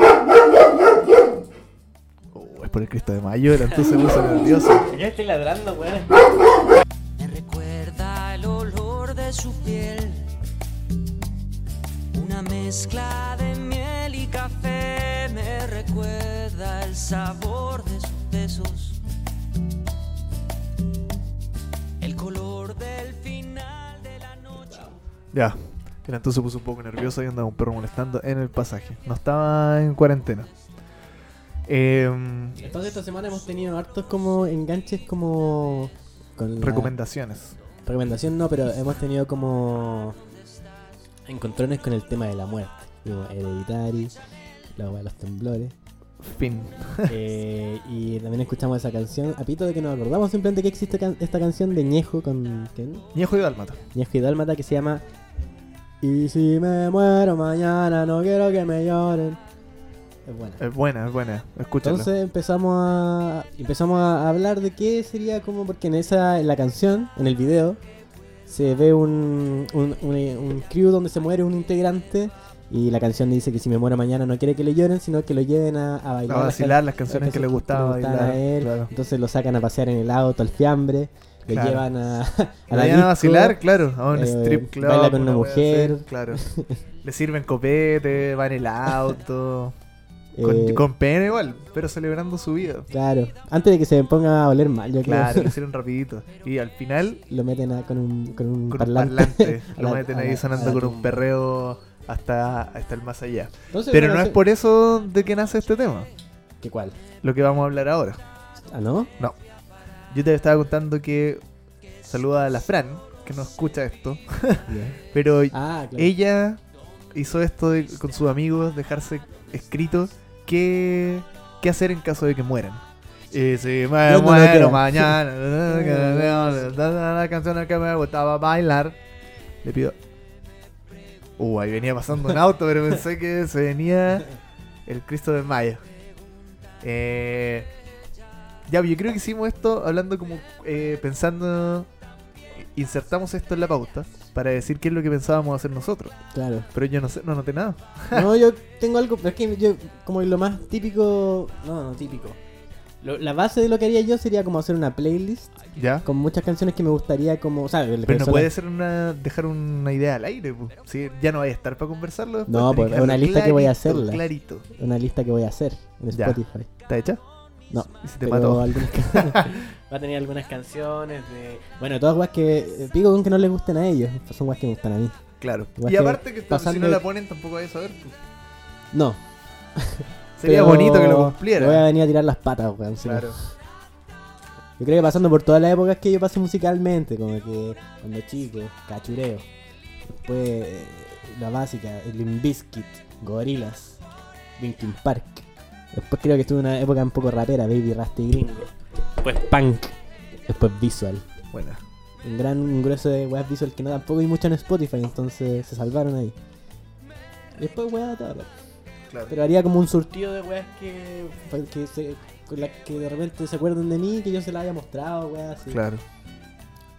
Speaker 3: Oh, es por el Cristo de Mayo, el Antú se puso nervioso.
Speaker 4: Yo estoy ladrando, weón.
Speaker 2: Me recuerda el olor de su piel, una mezcla de miel y café. Me recuerda el sabor de sus besos, el color del final de la noche.
Speaker 3: Ya. El Antón se puso un poco nervioso y andaba un perro molestando en el pasaje. No estaba en cuarentena. Em,
Speaker 4: Entonces, esta semana hemos tenido hartos como enganches como. Con la-
Speaker 3: recomendaciones.
Speaker 4: Recomendación no, pero hemos tenido como. Encontrones con el tema de la muerte. Como Hereditary. la weá de los temblores.
Speaker 3: Fin.
Speaker 4: Eh, y también escuchamos esa canción. Apito de que nos acordamos simplemente que existe can- esta canción de Ñejo con ¿quién?
Speaker 3: Ñejo y Dálmata.
Speaker 4: Ñejo y Dálmata que se llama Y si me muero mañana, no quiero que me lloren. Es buena.
Speaker 3: Es buena, es buena. Escúchala.
Speaker 4: Entonces empezamos a empezamos a hablar de qué sería como porque en esa en la canción, en el video se ve un un, un, un crew donde se muere un integrante y la canción dice que si me muero mañana no quiere que le lloren, sino que lo lleven a, a bailar.
Speaker 3: a
Speaker 4: las
Speaker 3: vacilar las canciones que le gustaba
Speaker 4: gustaban
Speaker 3: bailar.
Speaker 4: a él.
Speaker 3: claro.
Speaker 4: Entonces lo sacan a pasear en el auto, al fiambre, lo
Speaker 3: Claro.
Speaker 4: llevan a, a
Speaker 3: Le
Speaker 4: la
Speaker 3: vayan a
Speaker 4: disco.
Speaker 3: vacilar, claro, a un
Speaker 4: eh,
Speaker 3: strip club.
Speaker 4: baila con una
Speaker 3: wea así,
Speaker 4: mujer.
Speaker 3: claro. Le sirven copete, va en el auto. con,
Speaker 4: eh,
Speaker 3: con pena igual, pero celebrando su vida.
Speaker 4: Claro, antes de que se ponga a oler mal, yo creo.
Speaker 3: Claro, lo hicieron rapidito. Y al final,
Speaker 4: Lo meten a- con un, con un
Speaker 3: con
Speaker 4: parlante.
Speaker 3: un parlante,
Speaker 4: A
Speaker 3: lo
Speaker 4: la-
Speaker 3: meten
Speaker 4: a
Speaker 3: ahí
Speaker 4: la- a
Speaker 3: sonando
Speaker 4: la
Speaker 3: con un
Speaker 4: tumba.
Speaker 3: perreo hasta, hasta el más allá.
Speaker 4: Entonces,
Speaker 3: Pero
Speaker 4: bueno,
Speaker 3: no es
Speaker 4: se-
Speaker 3: por eso de que nace este tema,
Speaker 4: ¿Qué cuál?
Speaker 3: lo que vamos a hablar ahora.
Speaker 4: ¿Ah, no?
Speaker 3: Yo te estaba contando que saluda a la Fran, que no escucha esto,
Speaker 4: Ya.
Speaker 3: pero
Speaker 4: Ah, claro.
Speaker 3: ella hizo esto de- con sus amigos, dejarse escrito qué, qué hacer en caso de que mueran. Y si me
Speaker 4: Yo no lo
Speaker 3: muero
Speaker 4: creo.
Speaker 3: mañana, la canción que me gustaba bailar, le pido... Uh, ahí venía pasando un auto, pero pensé que se venía el Cristo de Mayo. Eh, ya, yo creo que hicimos esto hablando como eh, pensando... Insertamos esto en la pauta para decir qué es lo que pensábamos hacer nosotros.
Speaker 4: Claro.
Speaker 3: Pero yo no sé, no noté nada.
Speaker 4: No, yo tengo algo, pero es que yo, como lo más típico, no, no típico. Lo- la base de lo que haría yo sería como hacer una playlist
Speaker 3: ¿Ya?
Speaker 4: con muchas canciones que me gustaría como, o sea, lo que
Speaker 3: Pero no
Speaker 4: son
Speaker 3: puede
Speaker 4: las-
Speaker 3: ser una, dejar una idea al aire. po. Sí, ya no vaya a estar para conversarlo. después,
Speaker 4: No,
Speaker 3: tenés
Speaker 4: pues,
Speaker 3: que
Speaker 4: es una
Speaker 3: dejarlo
Speaker 4: lista que voy a
Speaker 3: clarito,
Speaker 4: hacerla.
Speaker 3: Clarito.
Speaker 4: una lista que voy a hacer en
Speaker 3: Ya.
Speaker 4: Spotify.
Speaker 3: ¿Está hecha?
Speaker 4: No,
Speaker 3: Y se te
Speaker 4: pero
Speaker 3: mató.
Speaker 4: algunas can- Va a tener algunas canciones de... Bueno, todas guas que... eh, Pico con que no les gusten a ellos. Son guas que me gustan a mí.
Speaker 3: Claro.
Speaker 4: Igual
Speaker 3: Y
Speaker 4: que
Speaker 3: aparte que esto, si
Speaker 4: pasando-
Speaker 3: no la ponen tampoco vaya a saber. po.
Speaker 4: No.
Speaker 3: Sería
Speaker 4: pero
Speaker 3: bonito que lo
Speaker 4: Voy a
Speaker 3: cumpliera.
Speaker 4: venir a tirar las patas, weón. si no.
Speaker 3: Claro.
Speaker 4: Yo creo que pasando por todas las épocas que yo pasé musicalmente. Como que cuando chico, cachureo. Después, eh, la básica, el Limbiskit, Gorilas, Linkin Park. Después creo que estuve en una época un poco rapera, Baby Rasty Gringo. Después punk. Después visual.
Speaker 3: Buena.
Speaker 4: un gran un grueso de weas visual que no tampoco hay mucho en Spotify, entonces se salvaron ahí. Después weas de toda parte.
Speaker 3: Claro.
Speaker 4: Pero haría como un surtido de weas que, pues, que se- con las que de repente se acuerden de mí, que yo se las haya mostrado, weas así.
Speaker 3: Claro.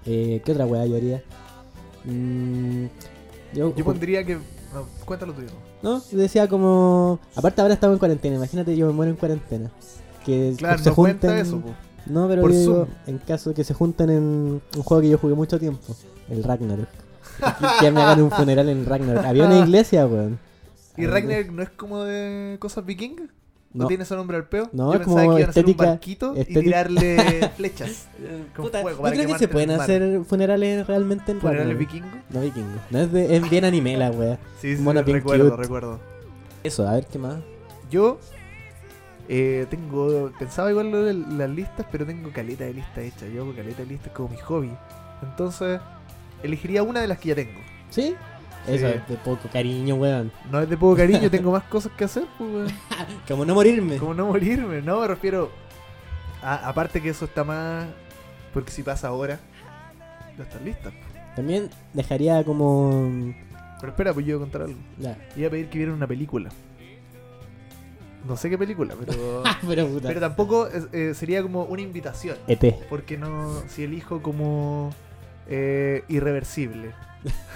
Speaker 4: Eh, ¿Qué otra wea yo haría? Mm, yo,
Speaker 3: Yo pondría que... No, cuéntalo tuyo.
Speaker 4: No, yo decía como... Aparte ahora estamos en cuarentena, imagínate yo me muero en cuarentena. Que
Speaker 3: Claro,
Speaker 4: se
Speaker 3: no cuenta
Speaker 4: junten-
Speaker 3: eso. po.
Speaker 4: No, pero
Speaker 3: Por
Speaker 4: yo digo,
Speaker 3: Zoom.
Speaker 4: en caso de que se junten en un juego que yo jugué mucho tiempo, el Ragnarok. Y que me hagan un funeral en Ragnarok. Había una iglesia, weón.
Speaker 3: Ah. ¿Y Ragnar no es como de cosas vikingas? ¿No,
Speaker 4: No.
Speaker 3: tiene ese nombre al peo?
Speaker 4: No,
Speaker 3: Yo
Speaker 4: es
Speaker 3: pensaba
Speaker 4: como
Speaker 3: que iban a hacer un
Speaker 4: estética-
Speaker 3: barquito y
Speaker 4: estética-
Speaker 3: tirarle flechas. con
Speaker 4: Puta,
Speaker 3: fuego
Speaker 4: yo
Speaker 3: para
Speaker 4: creo que
Speaker 3: quemarte
Speaker 4: se
Speaker 3: en
Speaker 4: pueden
Speaker 3: el mar.
Speaker 4: hacer funerales realmente en
Speaker 3: ¿Funerales
Speaker 4: Ragnarok.
Speaker 3: vikingos?
Speaker 4: no vikingo. No, es, de- es bien anime la wea.
Speaker 3: Sí, sí,
Speaker 4: Mono bien
Speaker 3: recuerdo,
Speaker 4: cute.
Speaker 3: recuerdo.
Speaker 4: Eso, a ver qué más.
Speaker 3: Yo eh, tengo. Pensaba igual lo de las listas, pero tengo caleta de listas hecha. Yo hago caleta de listas como mi hobby. Entonces, elegiría una de las que ya tengo.
Speaker 4: ¿Sí? Eso
Speaker 3: Sí.
Speaker 4: es de poco cariño, weón.
Speaker 3: No es de poco cariño, tengo más cosas que hacer, pues, weón.
Speaker 4: Como no morirme.
Speaker 3: Como no morirme, no me refiero. a- aparte que eso está más. Porque si pasa ahora, no están listas. pues.
Speaker 4: También dejaría como...
Speaker 3: Pero espera, pues yo voy a contar algo.
Speaker 4: Ya.
Speaker 3: Iba a pedir que vieran una película. No sé qué película, pero.
Speaker 4: ah, pero puta. E
Speaker 3: pero tampoco es- eh, sería como una invitación.
Speaker 4: ET.
Speaker 3: Porque no. Si elijo como. eh, irreversible.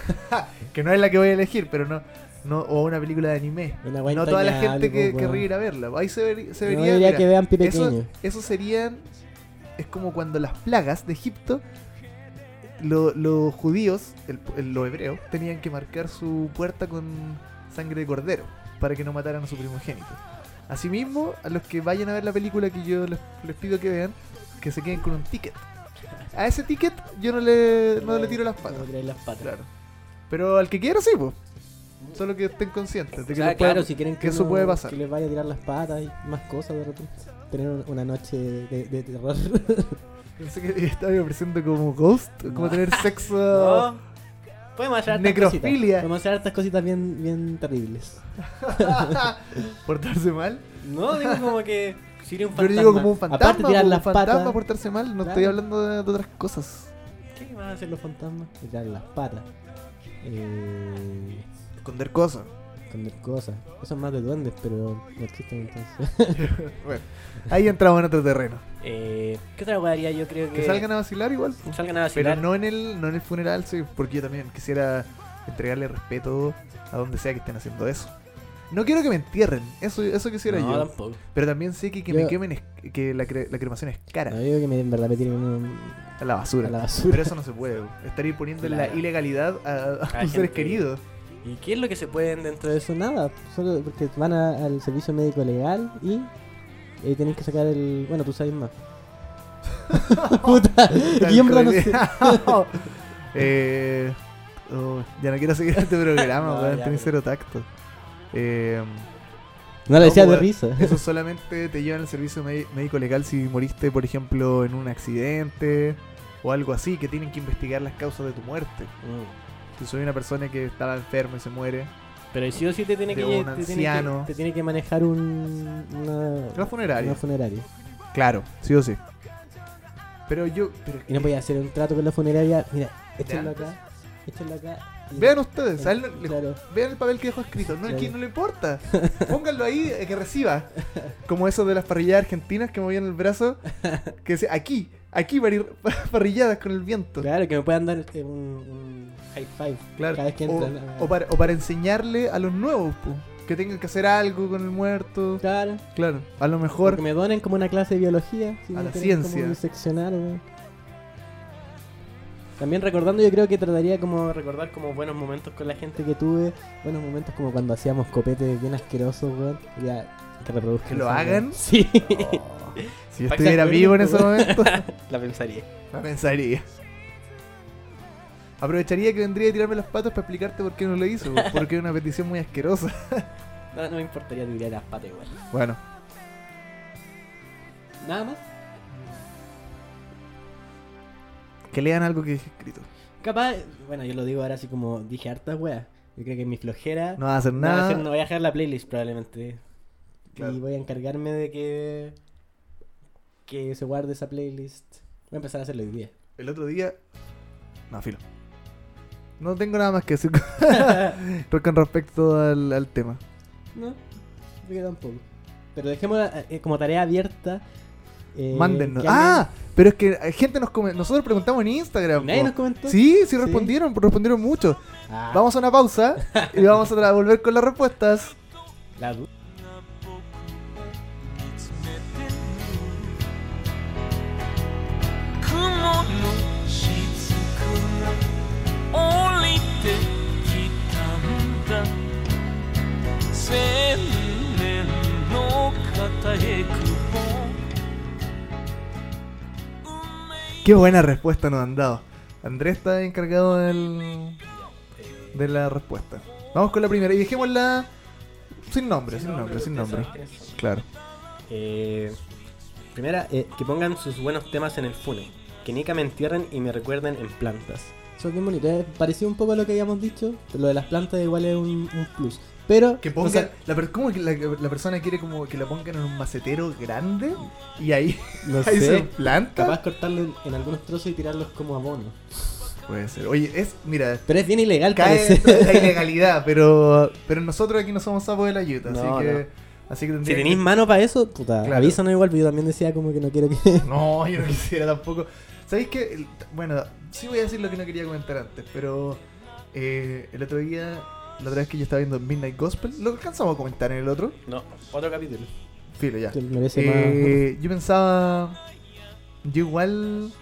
Speaker 3: que no es la que voy a elegir, pero no. no o una película de anime.
Speaker 4: Una wea
Speaker 3: No toda la
Speaker 4: entrañable,
Speaker 3: gente que
Speaker 4: po,
Speaker 3: querría
Speaker 4: weón.
Speaker 3: ir a verla. Ahí se, veri- se
Speaker 4: No
Speaker 3: vería.
Speaker 4: diría
Speaker 3: mira,
Speaker 4: que vean pi pequeño.
Speaker 3: eso, eso serían. Es como cuando las plagas de Egipto. lo- los judíos, el- el- los hebreos, tenían que marcar su puerta con sangre de cordero. Para que no mataran a su primogénito. Asimismo, a los que vayan a ver la película que yo les, les pido que vean, que se queden con un ticket. A ese ticket yo no le, no le tiro las
Speaker 4: No
Speaker 3: patas.
Speaker 4: le tiráis las patas.
Speaker 3: Claro. Pero al que quiero sí, pues. Solo que estén conscientes de que
Speaker 4: Ah,
Speaker 3: lo puedan-
Speaker 4: claro, si quieren que,
Speaker 3: que eso
Speaker 4: uno-
Speaker 3: puede pasar.
Speaker 4: Que les vaya a tirar las patas y más cosas de repente. Tener un- una noche de, de terror.
Speaker 3: Pensé que estaba ofreciendo como ghost, como tener sexo.
Speaker 2: No,
Speaker 4: Podemos hacer hartas
Speaker 3: Necrofilia.
Speaker 4: cositas. Podemos hacer hartas cositas bien, bien terribles.
Speaker 3: ¿Portarse mal?
Speaker 4: No, digo como que. Sería un
Speaker 3: Yo
Speaker 4: fantasma.
Speaker 3: le digo como un fantasma.
Speaker 4: Aparte de tirar
Speaker 3: como
Speaker 4: las
Speaker 3: un fantasma,
Speaker 4: patas.
Speaker 3: portarse mal. No
Speaker 4: Claro.
Speaker 3: estoy hablando de, de otras cosas.
Speaker 4: ¿Qué van a hacer los fantasmas? Tirar las patas. Eh,
Speaker 3: Esconder cosas.
Speaker 4: esconder cosas. Eso es más de duendes, pero no existen entonces.
Speaker 3: bueno, ahí entramos en otro terreno.
Speaker 4: Eh, ¿Qué otra hueá haría? Yo creo
Speaker 3: Que salgan a vacilar igual. po.
Speaker 4: salgan a
Speaker 3: Pero no en el no en el funeral, sí, porque yo también quisiera entregarle respeto a donde sea que estén haciendo eso. No quiero que me entierren, eso, eso quisiera yo.
Speaker 4: tampoco.
Speaker 3: Pero también sé que, que
Speaker 4: Yo-
Speaker 3: me quemen es, que la, cre- la cremación es cara,
Speaker 4: No, yo digo que me, en verdad me tiren un-
Speaker 3: a la basura.
Speaker 4: a la basura.
Speaker 3: Pero eso no se puede. Estaría poniendo en la
Speaker 4: Claro.
Speaker 3: ilegalidad a, a tus
Speaker 6: gente
Speaker 3: seres
Speaker 6: que-
Speaker 3: queridos.
Speaker 6: ¿Y qué es lo que se pueden dentro
Speaker 4: Pero eso nada, solo porque van a- al servicio médico legal y eh, tenés que sacar el. Bueno, tú sabes más. Puta,
Speaker 3: Tal
Speaker 4: yo en verdad no
Speaker 3: cual.
Speaker 4: sé.
Speaker 3: Eh, oh, ya no quiero seguir este programa,
Speaker 4: No,
Speaker 3: weón,
Speaker 4: ya,
Speaker 3: tenés
Speaker 4: pero-
Speaker 3: cero tacto. Eh,
Speaker 4: No lo decía de
Speaker 3: weón.
Speaker 4: risa.
Speaker 3: Eso solamente te llevan al servicio mé- médico legal si moriste, por ejemplo, en un accidente o algo así, que tienen que investigar las causas de tu muerte.
Speaker 4: Mm,
Speaker 3: Si soy una persona que estaba enferma y se muere,
Speaker 6: Pero sí o sí te tiene
Speaker 3: de
Speaker 6: que...
Speaker 3: un
Speaker 6: te tiene que-
Speaker 3: anciano.
Speaker 4: Te tiene que manejar un. Una,
Speaker 3: Los funerarios.
Speaker 4: una funeraria.
Speaker 3: Claro, sí o sí. Pero yo. pero-
Speaker 4: Y no podía hacer un trato con la funeraria. Mira, échenlo
Speaker 3: antes.
Speaker 4: acá, échenlo acá. y- eh,
Speaker 3: Vean ustedes, a él no- le-
Speaker 4: Claro.
Speaker 3: vean el papel que dejó escrito. No, es que
Speaker 4: Claro.
Speaker 3: no le importa. Pónganlo ahí, eh, que reciba. Como esos de las parrilladas argentinas que movían el brazo. Que decía, aquí, aquí parri- parrilladas con el viento.
Speaker 4: Claro, que me puedan dar eh, un, un high five
Speaker 3: Claro.
Speaker 4: cada vez que
Speaker 3: o,
Speaker 4: entran. a-
Speaker 3: o para, o para enseñarle a los nuevos, po, que tengan que hacer algo con el muerto.
Speaker 4: Claro,
Speaker 3: Claro, a lo mejor.
Speaker 4: porque me donen como una clase de biología. si
Speaker 3: A
Speaker 4: me
Speaker 3: la
Speaker 4: tienen
Speaker 3: ciencia.
Speaker 4: Como un seccionario, weón. También recordando, yo creo que trataría como recordar como buenos momentos con la gente que tuve, buenos momentos como cuando hacíamos copetes bien asquerosos, weón. Ya, que reproduzcan.
Speaker 3: ¿Que lo
Speaker 4: esa, weón.
Speaker 3: hagan?
Speaker 4: Sí,
Speaker 3: Si yo
Speaker 6: Pax
Speaker 3: estuviera
Speaker 6: Alberti,
Speaker 3: vivo en
Speaker 6: po,
Speaker 3: ese momento,
Speaker 6: La pensaría.
Speaker 3: la pensaría. Aprovecharía que vendría a tirarme las patas para explicarte por qué no lo hizo, po, porque es una petición muy asquerosa.
Speaker 4: no, no me importaría tirar las patas igual.
Speaker 3: Bueno,
Speaker 4: Nada más.
Speaker 3: que lean algo que dije escrito.
Speaker 4: Capaz, bueno, yo lo digo ahora así como dije hartas weas. Yo creo que mi flojera.
Speaker 3: No va a hacer
Speaker 4: No, voy a
Speaker 3: nada.
Speaker 4: hacer- no voy a dejar la playlist probablemente.
Speaker 3: Claro.
Speaker 4: Y voy a encargarme de que que se guarde esa playlist. Voy a empezar a hacerlo hoy día.
Speaker 3: El otro día. No, filo. No tengo nada más que decir con- con respecto al, al tema.
Speaker 4: no, yo que tampoco. Pero dejemos eh, como tarea abierta. eh,
Speaker 3: Mándennos.
Speaker 4: que alguien-
Speaker 3: ¡Ah! Pero es que eh, gente nos come... Nosotros preguntamos en Instagram.
Speaker 4: Nadie
Speaker 3: po.
Speaker 4: nos comentó.
Speaker 3: Sí, sí respondieron, respondieron mucho.
Speaker 4: Ah,
Speaker 3: Vamos a una pausa y vamos a tra- volver con las respuestas.
Speaker 4: la du-
Speaker 2: Come on, no sheets and cool. Only the kitanda. Sen no kata e kupon.
Speaker 3: Qué buena respuesta nos han dado. Andrés está encargado del, de la respuesta. Vamos con la primera y dejémosla sin nombre, sin nombre, sin nombre. Claro.
Speaker 6: Eh, primera, eh, que pongan sus buenos temas en el fune. Que Nika me entierren y me recuerden en plantas.
Speaker 4: Eso es bien bonito. eh. Parecía un poco a lo que habíamos dicho. Pero lo de las plantas igual es un, un plus. Pero.
Speaker 3: Que
Speaker 4: o
Speaker 3: ponga,
Speaker 4: sea,
Speaker 3: la, per- ¿Cómo que la, la persona quiere como que la pongan en un macetero grande y ahí,
Speaker 4: no
Speaker 3: ahí se
Speaker 4: sé.
Speaker 3: planta?
Speaker 4: Capaz cortarlo en, en algunos trozos y tirarlos como abono.
Speaker 3: Puede ser. Oye, es, mira,
Speaker 4: Pero es bien ilegal,
Speaker 3: cae
Speaker 4: parece.
Speaker 3: dentro de la ilegalidad, pero, pero nosotros aquí no somos sapos de la yuta,
Speaker 4: No,
Speaker 3: así que... Así que
Speaker 6: Si
Speaker 3: tendría
Speaker 6: tenéis
Speaker 3: que-
Speaker 6: mano para eso,
Speaker 4: Puta,
Speaker 3: Claro.
Speaker 4: avísanos igual, pero yo también decía como que no quiero que.
Speaker 3: No, yo no quisiera tampoco. ¿Sabéis que? el- Bueno, sí voy a decir lo que no quería comentar antes, pero eh, el otro día, la otra vez que yo estaba viendo Midnight Gospel, lo alcanzamos a comentar en el otro.
Speaker 6: no, otro capítulo.
Speaker 3: Filo, ya.
Speaker 4: que merece más.
Speaker 3: Eh, yo pensaba, yo igual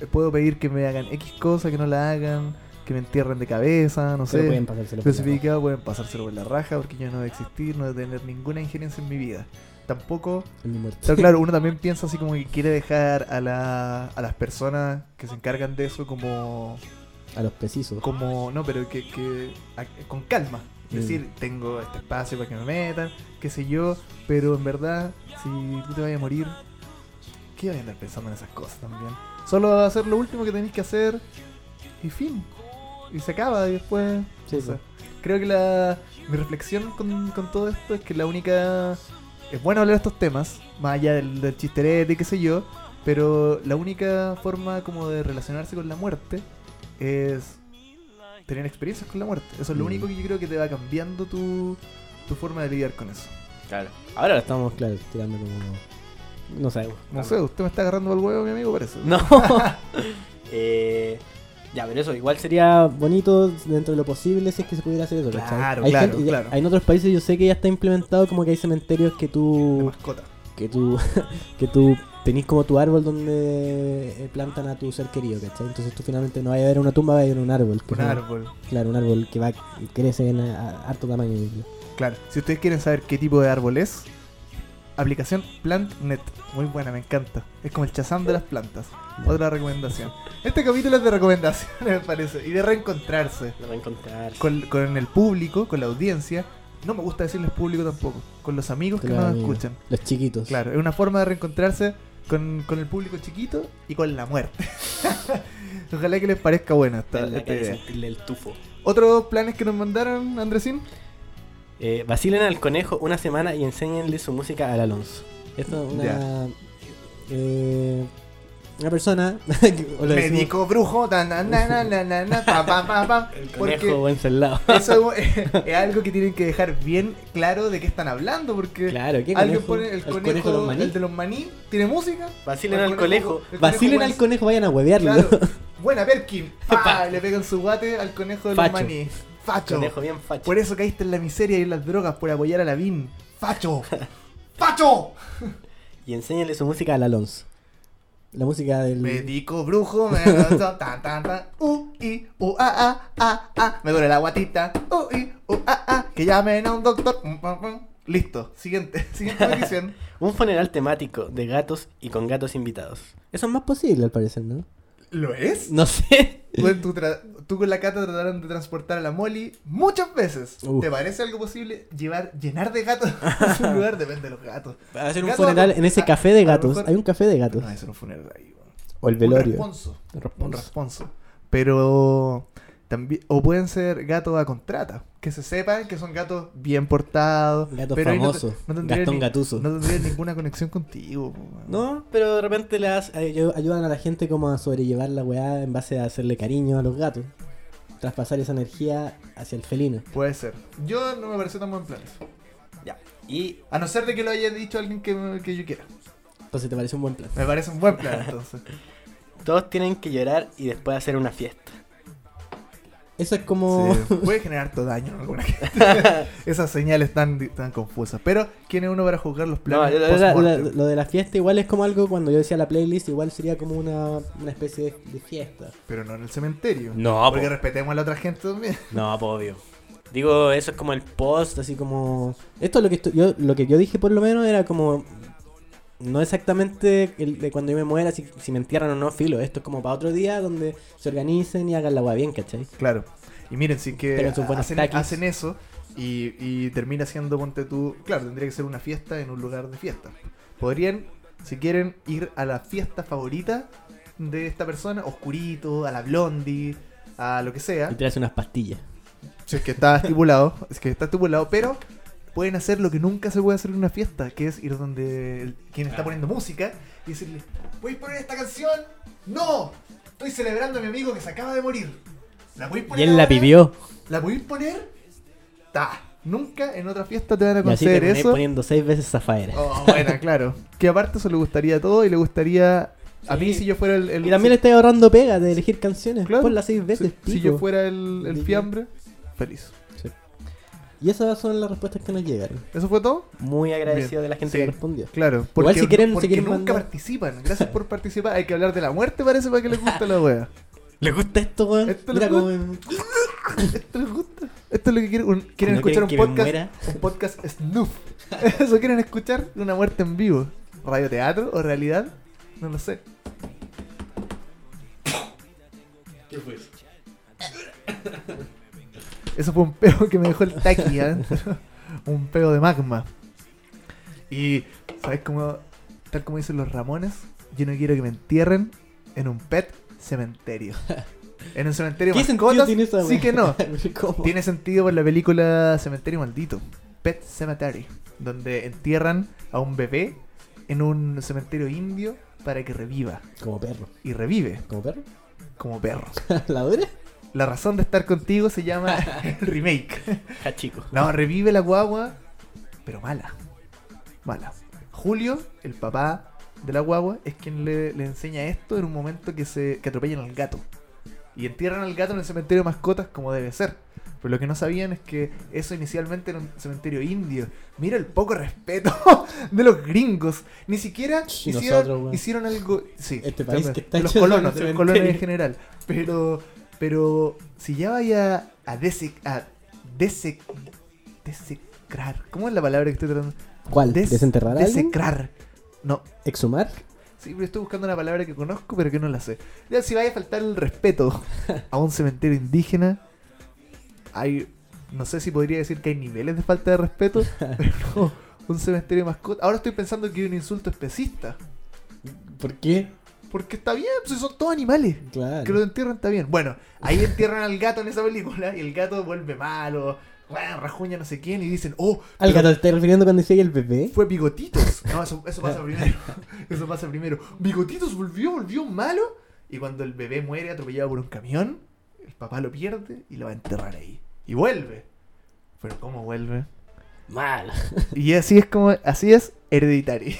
Speaker 3: eh, puedo pedir que me hagan X cosa, que no la hagan, que me entierren de cabeza, no
Speaker 4: Pero
Speaker 3: sé.
Speaker 4: pueden pasárselo por la
Speaker 3: Especificado, pueden pasárselo por la raja porque yo no voy a existir, no voy a tener ninguna injerencia en mi vida. Tampoco
Speaker 4: raja en mi muerte.
Speaker 3: Pero claro, uno también piensa así como que quiere dejar a, la- a las personas que se encargan de eso como...
Speaker 4: A los precisos.
Speaker 3: como no, pero que, que- a- con calma. Es
Speaker 4: Mm.
Speaker 3: decir, tengo este espacio para que me metan, qué sé yo, pero en verdad, si tú te vayas a morir, ¿qué vas a andar pensando en esas cosas también? Solo hacer lo último que tenéis que hacer y fin. y se acaba y después.
Speaker 4: Sí,
Speaker 3: o sea, creo que la, mi reflexión con, con todo esto es que la única. Es bueno hablar de estos temas, más allá del, del chisterete y qué sé yo, pero la única forma como de relacionarse con la muerte es tener experiencias con la muerte. Eso es lo
Speaker 4: Mm.
Speaker 3: único que yo creo que te va cambiando tu, tu forma de lidiar con eso.
Speaker 6: Claro. Ahora lo
Speaker 4: Estamos, claro, tirando como. No sabemos.
Speaker 3: No sé, usted me está agarrando al huevo, mi amigo, parece.
Speaker 6: No. Eh, ya, pero eso igual sería.
Speaker 4: Sería bonito dentro de lo posible si es que se pudiera hacer eso, ¿cachai?
Speaker 3: Claro,
Speaker 4: Hay
Speaker 3: claro,
Speaker 4: gente-
Speaker 3: claro.
Speaker 4: hay en otros países yo sé que ya está implementado como que hay cementerios que
Speaker 3: De
Speaker 4: tú.
Speaker 3: mascota.
Speaker 4: que tú. que tú tenés como tu árbol donde eh, plantan a tu ser querido, ¿cachai? Entonces tú finalmente no vas a ver una tumba, vas a ver un árbol. que
Speaker 3: Un
Speaker 4: es un-
Speaker 3: árbol.
Speaker 4: Claro, un árbol que va crece en a- a- harto tamaño. yo creo.
Speaker 3: Claro, si ustedes quieren saber qué tipo de árbol es, aplicación PlantNet. Muy buena, me encanta. Es como el chazán de las plantas. Otra recomendación. Este capítulo es de recomendaciones, me parece, y de reencontrarse
Speaker 6: Lo va a encontrar.
Speaker 3: con, con el público, con la audiencia. No me gusta decirles público tampoco, con los amigos que
Speaker 4: Claro,
Speaker 3: nos
Speaker 4: amigo.
Speaker 3: escuchan.
Speaker 4: Los chiquitos.
Speaker 3: Claro, es una forma de reencontrarse con, con el público chiquito y con la muerte. Ojalá que les parezca buena esta,
Speaker 6: En la
Speaker 3: esta
Speaker 6: calle
Speaker 3: idea.
Speaker 6: sentirle el tufo.
Speaker 3: ¿Otros planes que nos mandaron, Andresín?
Speaker 6: Eh, vacilen al conejo una semana y enséñenle su música al Alonso.
Speaker 4: Esto es una.
Speaker 3: Ya.
Speaker 4: eh, una persona. que- o lo decimos-
Speaker 3: Médico brujo, ta, na, na, na, na, na, na, pa, pa, pa, pa.
Speaker 6: El conejo
Speaker 3: Porque
Speaker 6: buen soldado.
Speaker 3: eso es, es algo que tienen que dejar bien claro de qué están hablando, porque
Speaker 4: Claro,
Speaker 6: Ah,
Speaker 4: ¿qué
Speaker 3: alguien
Speaker 4: conejo?
Speaker 3: pone el conejo,
Speaker 4: de los maní.
Speaker 3: el de los maní, tiene música.
Speaker 6: Vacilen
Speaker 3: O el
Speaker 6: al conejo.
Speaker 3: el
Speaker 4: Vacilen al
Speaker 3: buen-
Speaker 4: conejo, vayan a huevearlo.
Speaker 3: Claro. Buena Perkin. Pa, le pegan su guate al conejo de los
Speaker 4: Facho.
Speaker 3: maní. Facho.
Speaker 6: Conejo bien facho.
Speaker 3: Por eso caíste en la miseria y en las drogas por apoyar a la VIN. Facho. Facho.
Speaker 6: Y enséñenle su música al Alonso.
Speaker 4: La música del.
Speaker 3: Médico brujo, me lanzó, tan tan tan, u i u a a a a, me duele la guatita, u i u a a, que llamen a un doctor. Mm, pam, pam. Listo, siguiente, siguiente petición.
Speaker 6: Un funeral temático de gatos y con gatos invitados.
Speaker 4: Eso es más posible, al parecer, ¿no?
Speaker 3: ¿Lo es?
Speaker 4: No sé.
Speaker 3: Bueno, tú, tra- tú con la cata trataron de transportar a la Molly muchas veces.
Speaker 4: Uf.
Speaker 3: ¿Te parece algo posible llevar, llenar de gatos un lugar? Depende de los gatos.
Speaker 4: Hacer un
Speaker 3: Gato,
Speaker 4: funeral en ese
Speaker 3: a-
Speaker 4: café de
Speaker 3: a lo
Speaker 4: gatos.
Speaker 3: mejor-
Speaker 4: Hay un café de gatos.
Speaker 3: No, eso no fue un error ahí, weón.
Speaker 4: O el
Speaker 3: Un
Speaker 4: velorio.
Speaker 3: responso.
Speaker 4: El
Speaker 3: un
Speaker 4: responso.
Speaker 3: responso. Pero también o pueden ser gatos a contrata, que se sepan que son gatos bien portados,
Speaker 4: Gatos
Speaker 3: pero ahí no te-
Speaker 4: famosos.
Speaker 3: no, tendrían
Speaker 4: Gastón
Speaker 3: ni-
Speaker 4: Gatuso.
Speaker 3: no tendrían ninguna conexión contigo. po, weón.
Speaker 6: No, pero de repente le das.
Speaker 4: Ay- ayu- eh, Ayudan a la gente como a sobrellevar la weá en base a hacerle cariño a los gatos. Traspasar esa energía hacia el felino.
Speaker 3: Puede ser. Yo no me pareció tan buen plan. eso.
Speaker 6: Ya. Y
Speaker 3: A no ser de que lo haya dicho alguien que, que yo quiera.
Speaker 4: Entonces, Pues ¿te parece un buen plan?
Speaker 3: Me parece un buen plan entonces.
Speaker 6: todos tienen que llorar y después hacer una fiesta.
Speaker 4: Eso es como...
Speaker 3: Sí, puede generar harto daño en alguna gente. Esas señales tan, tan confusas. Pero, ¿quién es uno para juzgar los
Speaker 6: No,
Speaker 3: planes?
Speaker 6: yo- yo-
Speaker 4: La- la-
Speaker 3: post-mortem?
Speaker 4: lo de la fiesta igual es como algo, cuando yo decía la playlist, igual sería como una, una especie de, de fiesta.
Speaker 3: Pero no en el cementerio.
Speaker 6: No,
Speaker 3: Porque
Speaker 6: po.
Speaker 3: respetemos a la otra gente también.
Speaker 6: No, pues, obvio. Digo, eso es como el post.
Speaker 4: Así como... Esto es lo que estu- yo lo que yo dije por lo menos era como... No exactamente el de cuando yo me muera, si, si me entierran o no, filo. Esto es como para otro día donde se organicen y hagan la weá bien, ¿cachai?
Speaker 3: Claro. Y miren, si es que
Speaker 4: Tengan sus buenos
Speaker 3: hacen,
Speaker 4: taquis.
Speaker 3: hacen eso y, y termina siendo ponte tú. Claro, tendría que ser una fiesta en un lugar de fiesta. Podrían, si quieren, ir a la fiesta favorita de esta persona, oscurito, a la blondie, a lo que
Speaker 4: Y
Speaker 3: sea.
Speaker 4: te hacen unas pastillas.
Speaker 3: Si es que está estipulado, es que está estipulado, pero pueden hacer lo que nunca se puede hacer en una fiesta, que es ir donde el- quien está poniendo música y decirle, ¿puedes poner esta canción? ¡No! Estoy celebrando a mi amigo que se acaba de morir. ¿La podéis
Speaker 4: Y
Speaker 3: poner
Speaker 4: él la
Speaker 3: ahora?"
Speaker 4: pidió.
Speaker 3: ¿La podéis poner? Ta. Nunca en otra fiesta te van a
Speaker 4: Y así te
Speaker 3: conceder
Speaker 4: ponéis
Speaker 3: eso.
Speaker 4: poniendo seis veces zafaera.
Speaker 3: Oh, bueno, claro. Que aparte eso le gustaría a todo y le gustaría. A mí,
Speaker 6: Sí.
Speaker 3: si yo fuera el. el-
Speaker 4: Y también le estoy ahorrando pega de elegir canciones.
Speaker 3: Claro.
Speaker 4: Ponlas seis
Speaker 3: si,
Speaker 4: veces,
Speaker 3: si
Speaker 4: pico.
Speaker 3: yo fuera el, el
Speaker 4: DJ.
Speaker 3: fiambre, feliz.
Speaker 4: Y esas son las respuestas que nos llegaron.
Speaker 3: ¿Eso fue todo?
Speaker 6: Muy agradecido de la gente
Speaker 3: Sí.
Speaker 6: que
Speaker 4: Respondió.
Speaker 3: Claro. Porque,
Speaker 4: Igual si quieren- si
Speaker 3: porque
Speaker 4: quieren
Speaker 3: nunca
Speaker 4: mandar-
Speaker 3: participan. Gracias por participar. Hay que hablar de la muerte, parece, para que les guste la wea.
Speaker 4: ¿Le gusta esto, weón?
Speaker 3: Esto
Speaker 4: Mira
Speaker 3: le
Speaker 4: como...
Speaker 3: Esto les gusta. Esto es lo que quieren. un- quieren
Speaker 4: ¿No
Speaker 3: escuchar
Speaker 4: quieren que
Speaker 3: un
Speaker 4: me
Speaker 3: podcast.
Speaker 4: muera?
Speaker 3: Un podcast snuff. Eso quieren escuchar una muerte en vivo. ¿Radioteatro o realidad? No lo sé. Eso fue un peo que me dejó el taqui adentro. un peo de magma. Y, ¿sabes cómo? Tal como dicen los Ramones, yo no quiero que me entierren en un pet cementerio. En el cementerio
Speaker 4: ¿Qué sentido
Speaker 3: mascotas,
Speaker 4: tiene esa
Speaker 3: sí
Speaker 4: wea?
Speaker 3: que no.
Speaker 4: ¿Cómo?
Speaker 3: Tiene sentido por la película Cementerio Maldito, Pet Cemetery, donde entierran a un bebé en un cementerio indio para que reviva.
Speaker 4: Como perro.
Speaker 3: Y revive
Speaker 4: ¿Como perro?
Speaker 3: como perro.
Speaker 4: ¿La dura?
Speaker 3: La razón de estar contigo se llama el remake.
Speaker 4: Ah,
Speaker 6: Cachico.
Speaker 3: No, revive la guagua, pero mala. Mala. Julio, el papá de la guagua, es quien le, le enseña esto en un momento que se que atropellan al gato. Y entierran al gato en el cementerio de mascotas como debe ser. Pero lo que no sabían es que eso inicialmente era un cementerio indio. Mira el poco respeto de los gringos. Ni siquiera
Speaker 4: Ch,
Speaker 3: hicieron,
Speaker 4: nosotros, weón.
Speaker 3: hicieron algo. Sí,
Speaker 4: Este país
Speaker 3: también,
Speaker 4: que está
Speaker 3: de los
Speaker 4: hecho de
Speaker 3: colonos, de los colonos en
Speaker 4: cementerio.
Speaker 3: general. Pero, pero si ya vaya a, dese, a dese- desecrar. ¿Cómo es la palabra que estoy tratando?
Speaker 4: ¿Cuál?
Speaker 3: Des-
Speaker 4: ¿Desenterrar a alguien?
Speaker 3: Desecrar. No,
Speaker 4: ¿Exhumar?
Speaker 3: sí, pero estoy buscando una palabra que conozco, pero que no la sé. Ya, si vaya a faltar el respeto a un cementerio indígena, hay. No sé si podría decir que hay niveles de falta de respeto, pero no, un cementerio de mascota. Ahora estoy pensando que hay un insulto especista.
Speaker 4: ¿Por qué?
Speaker 3: Porque está bien, pues si son todos animales.
Speaker 4: Claro.
Speaker 3: Que lo entierran está bien. Bueno, ahí entierran al gato en esa película y el gato vuelve malo, bueno, rajuña no sé quién y dicen, oh,
Speaker 4: ¿Al
Speaker 3: pero
Speaker 4: gato te estás refiriendo cuando decía que el bebé?
Speaker 3: fue bigotitos. No, eso, eso pasa primero. Eso pasa primero. Bigotitos volvió, volvió malo y cuando el bebé muere atropellado por un camión, el papá lo pierde y lo va a enterrar ahí. Y vuelve. Pero ¿cómo vuelve?
Speaker 6: Mal.
Speaker 3: Y así es como, así es hereditario.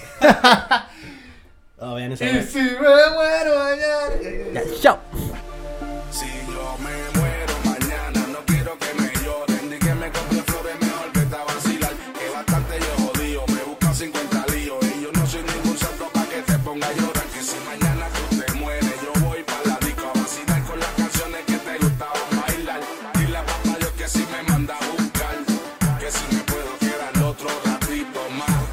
Speaker 6: Oh, vean esa
Speaker 3: Y
Speaker 6: wea.
Speaker 3: si me muero mañana.
Speaker 6: Ya, chao.
Speaker 7: Si yo me muero mañana, no quiero que me lloren. Ni que me compren flores, mejor que a vacilar. Que bastante yo jodío, me buscan 50 líos. Y yo no soy ningún santo pa' que te ponga a llorar. Que si mañana tú te mueres, yo voy pa' la disco a vacilar con las canciones que te gustaban bailar. Y la papá yo que si me manda a buscar. Que si me puedo quedar otro ratito más.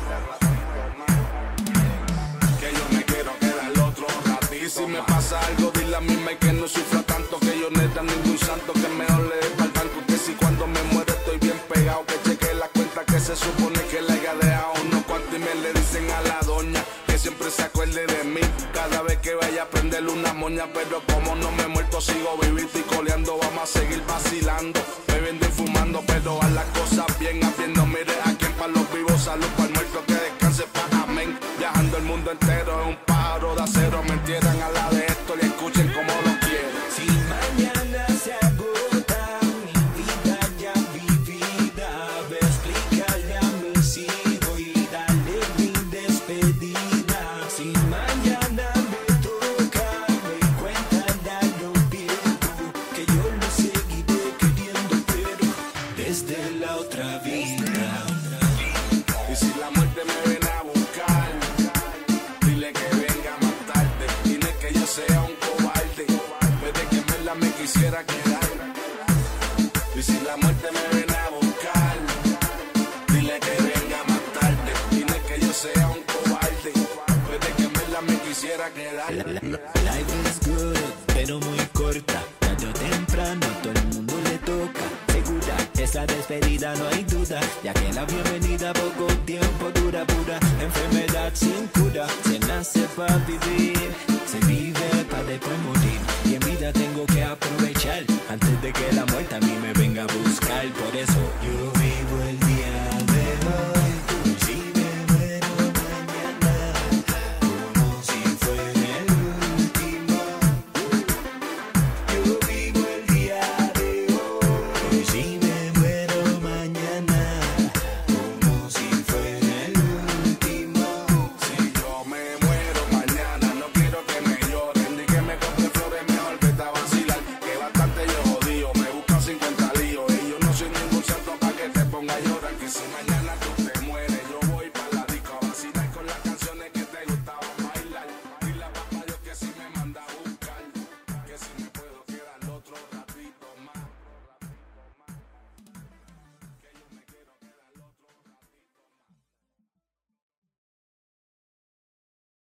Speaker 7: Que yo me quiero quedar el otro ratito. Y si me pasa algo, dile a mi me que no sufra tanto. Que yo neta ningún santo que me ole para el banco. Que si cuando me muero estoy bien pegado. Que cheque la cuenta que se supone que la haya dejado. Unos cuantos y me le dicen a la doña que siempre se acuerde de mí. Cada vez que vaya a prenderle una moña. Pero como no me he muerto, sigo vivito y coleando. Vamos a seguir vacilando, bebiendo y fumando. Pero a las cosas bien, haciendo. Mire a quien para los vivos, salud para el muerto. Que descanse para amén. Viajando el mundo entero es un pájaro de acero. Me entierran a la de esto y escuchen como lo quieren. Si
Speaker 2: Mañana se agota mi vida ya vivida. Ve a explicarle a mis hijos y darle mi despedida. Si mañana me toca, me cuentan ya no pierdo. Que yo lo seguiré queriendo, pero desde la otra vida.
Speaker 7: Y si la muerte me viene a buscar, dile que venga más tarde. Y no es que yo sea un cobarde, puede que en verdad me quisiera quedar. Y si la muerte me viene a buscar, dile que venga más tarde. Y no es que yo sea un cobarde, puede que en verdad me quisiera quedar.
Speaker 2: Life is good, pero muy corta. Tarde o temprano todo el mundo le toca. Segura, esa despedida no hay duda. Ya que la bienvenida poco tiempo dura, pura enfermedad sin cura. Se nace para vivir, se vive para después morir. Y en vida tengo que aprovechar antes de que la muerte a mí me venga a buscar. Por eso yo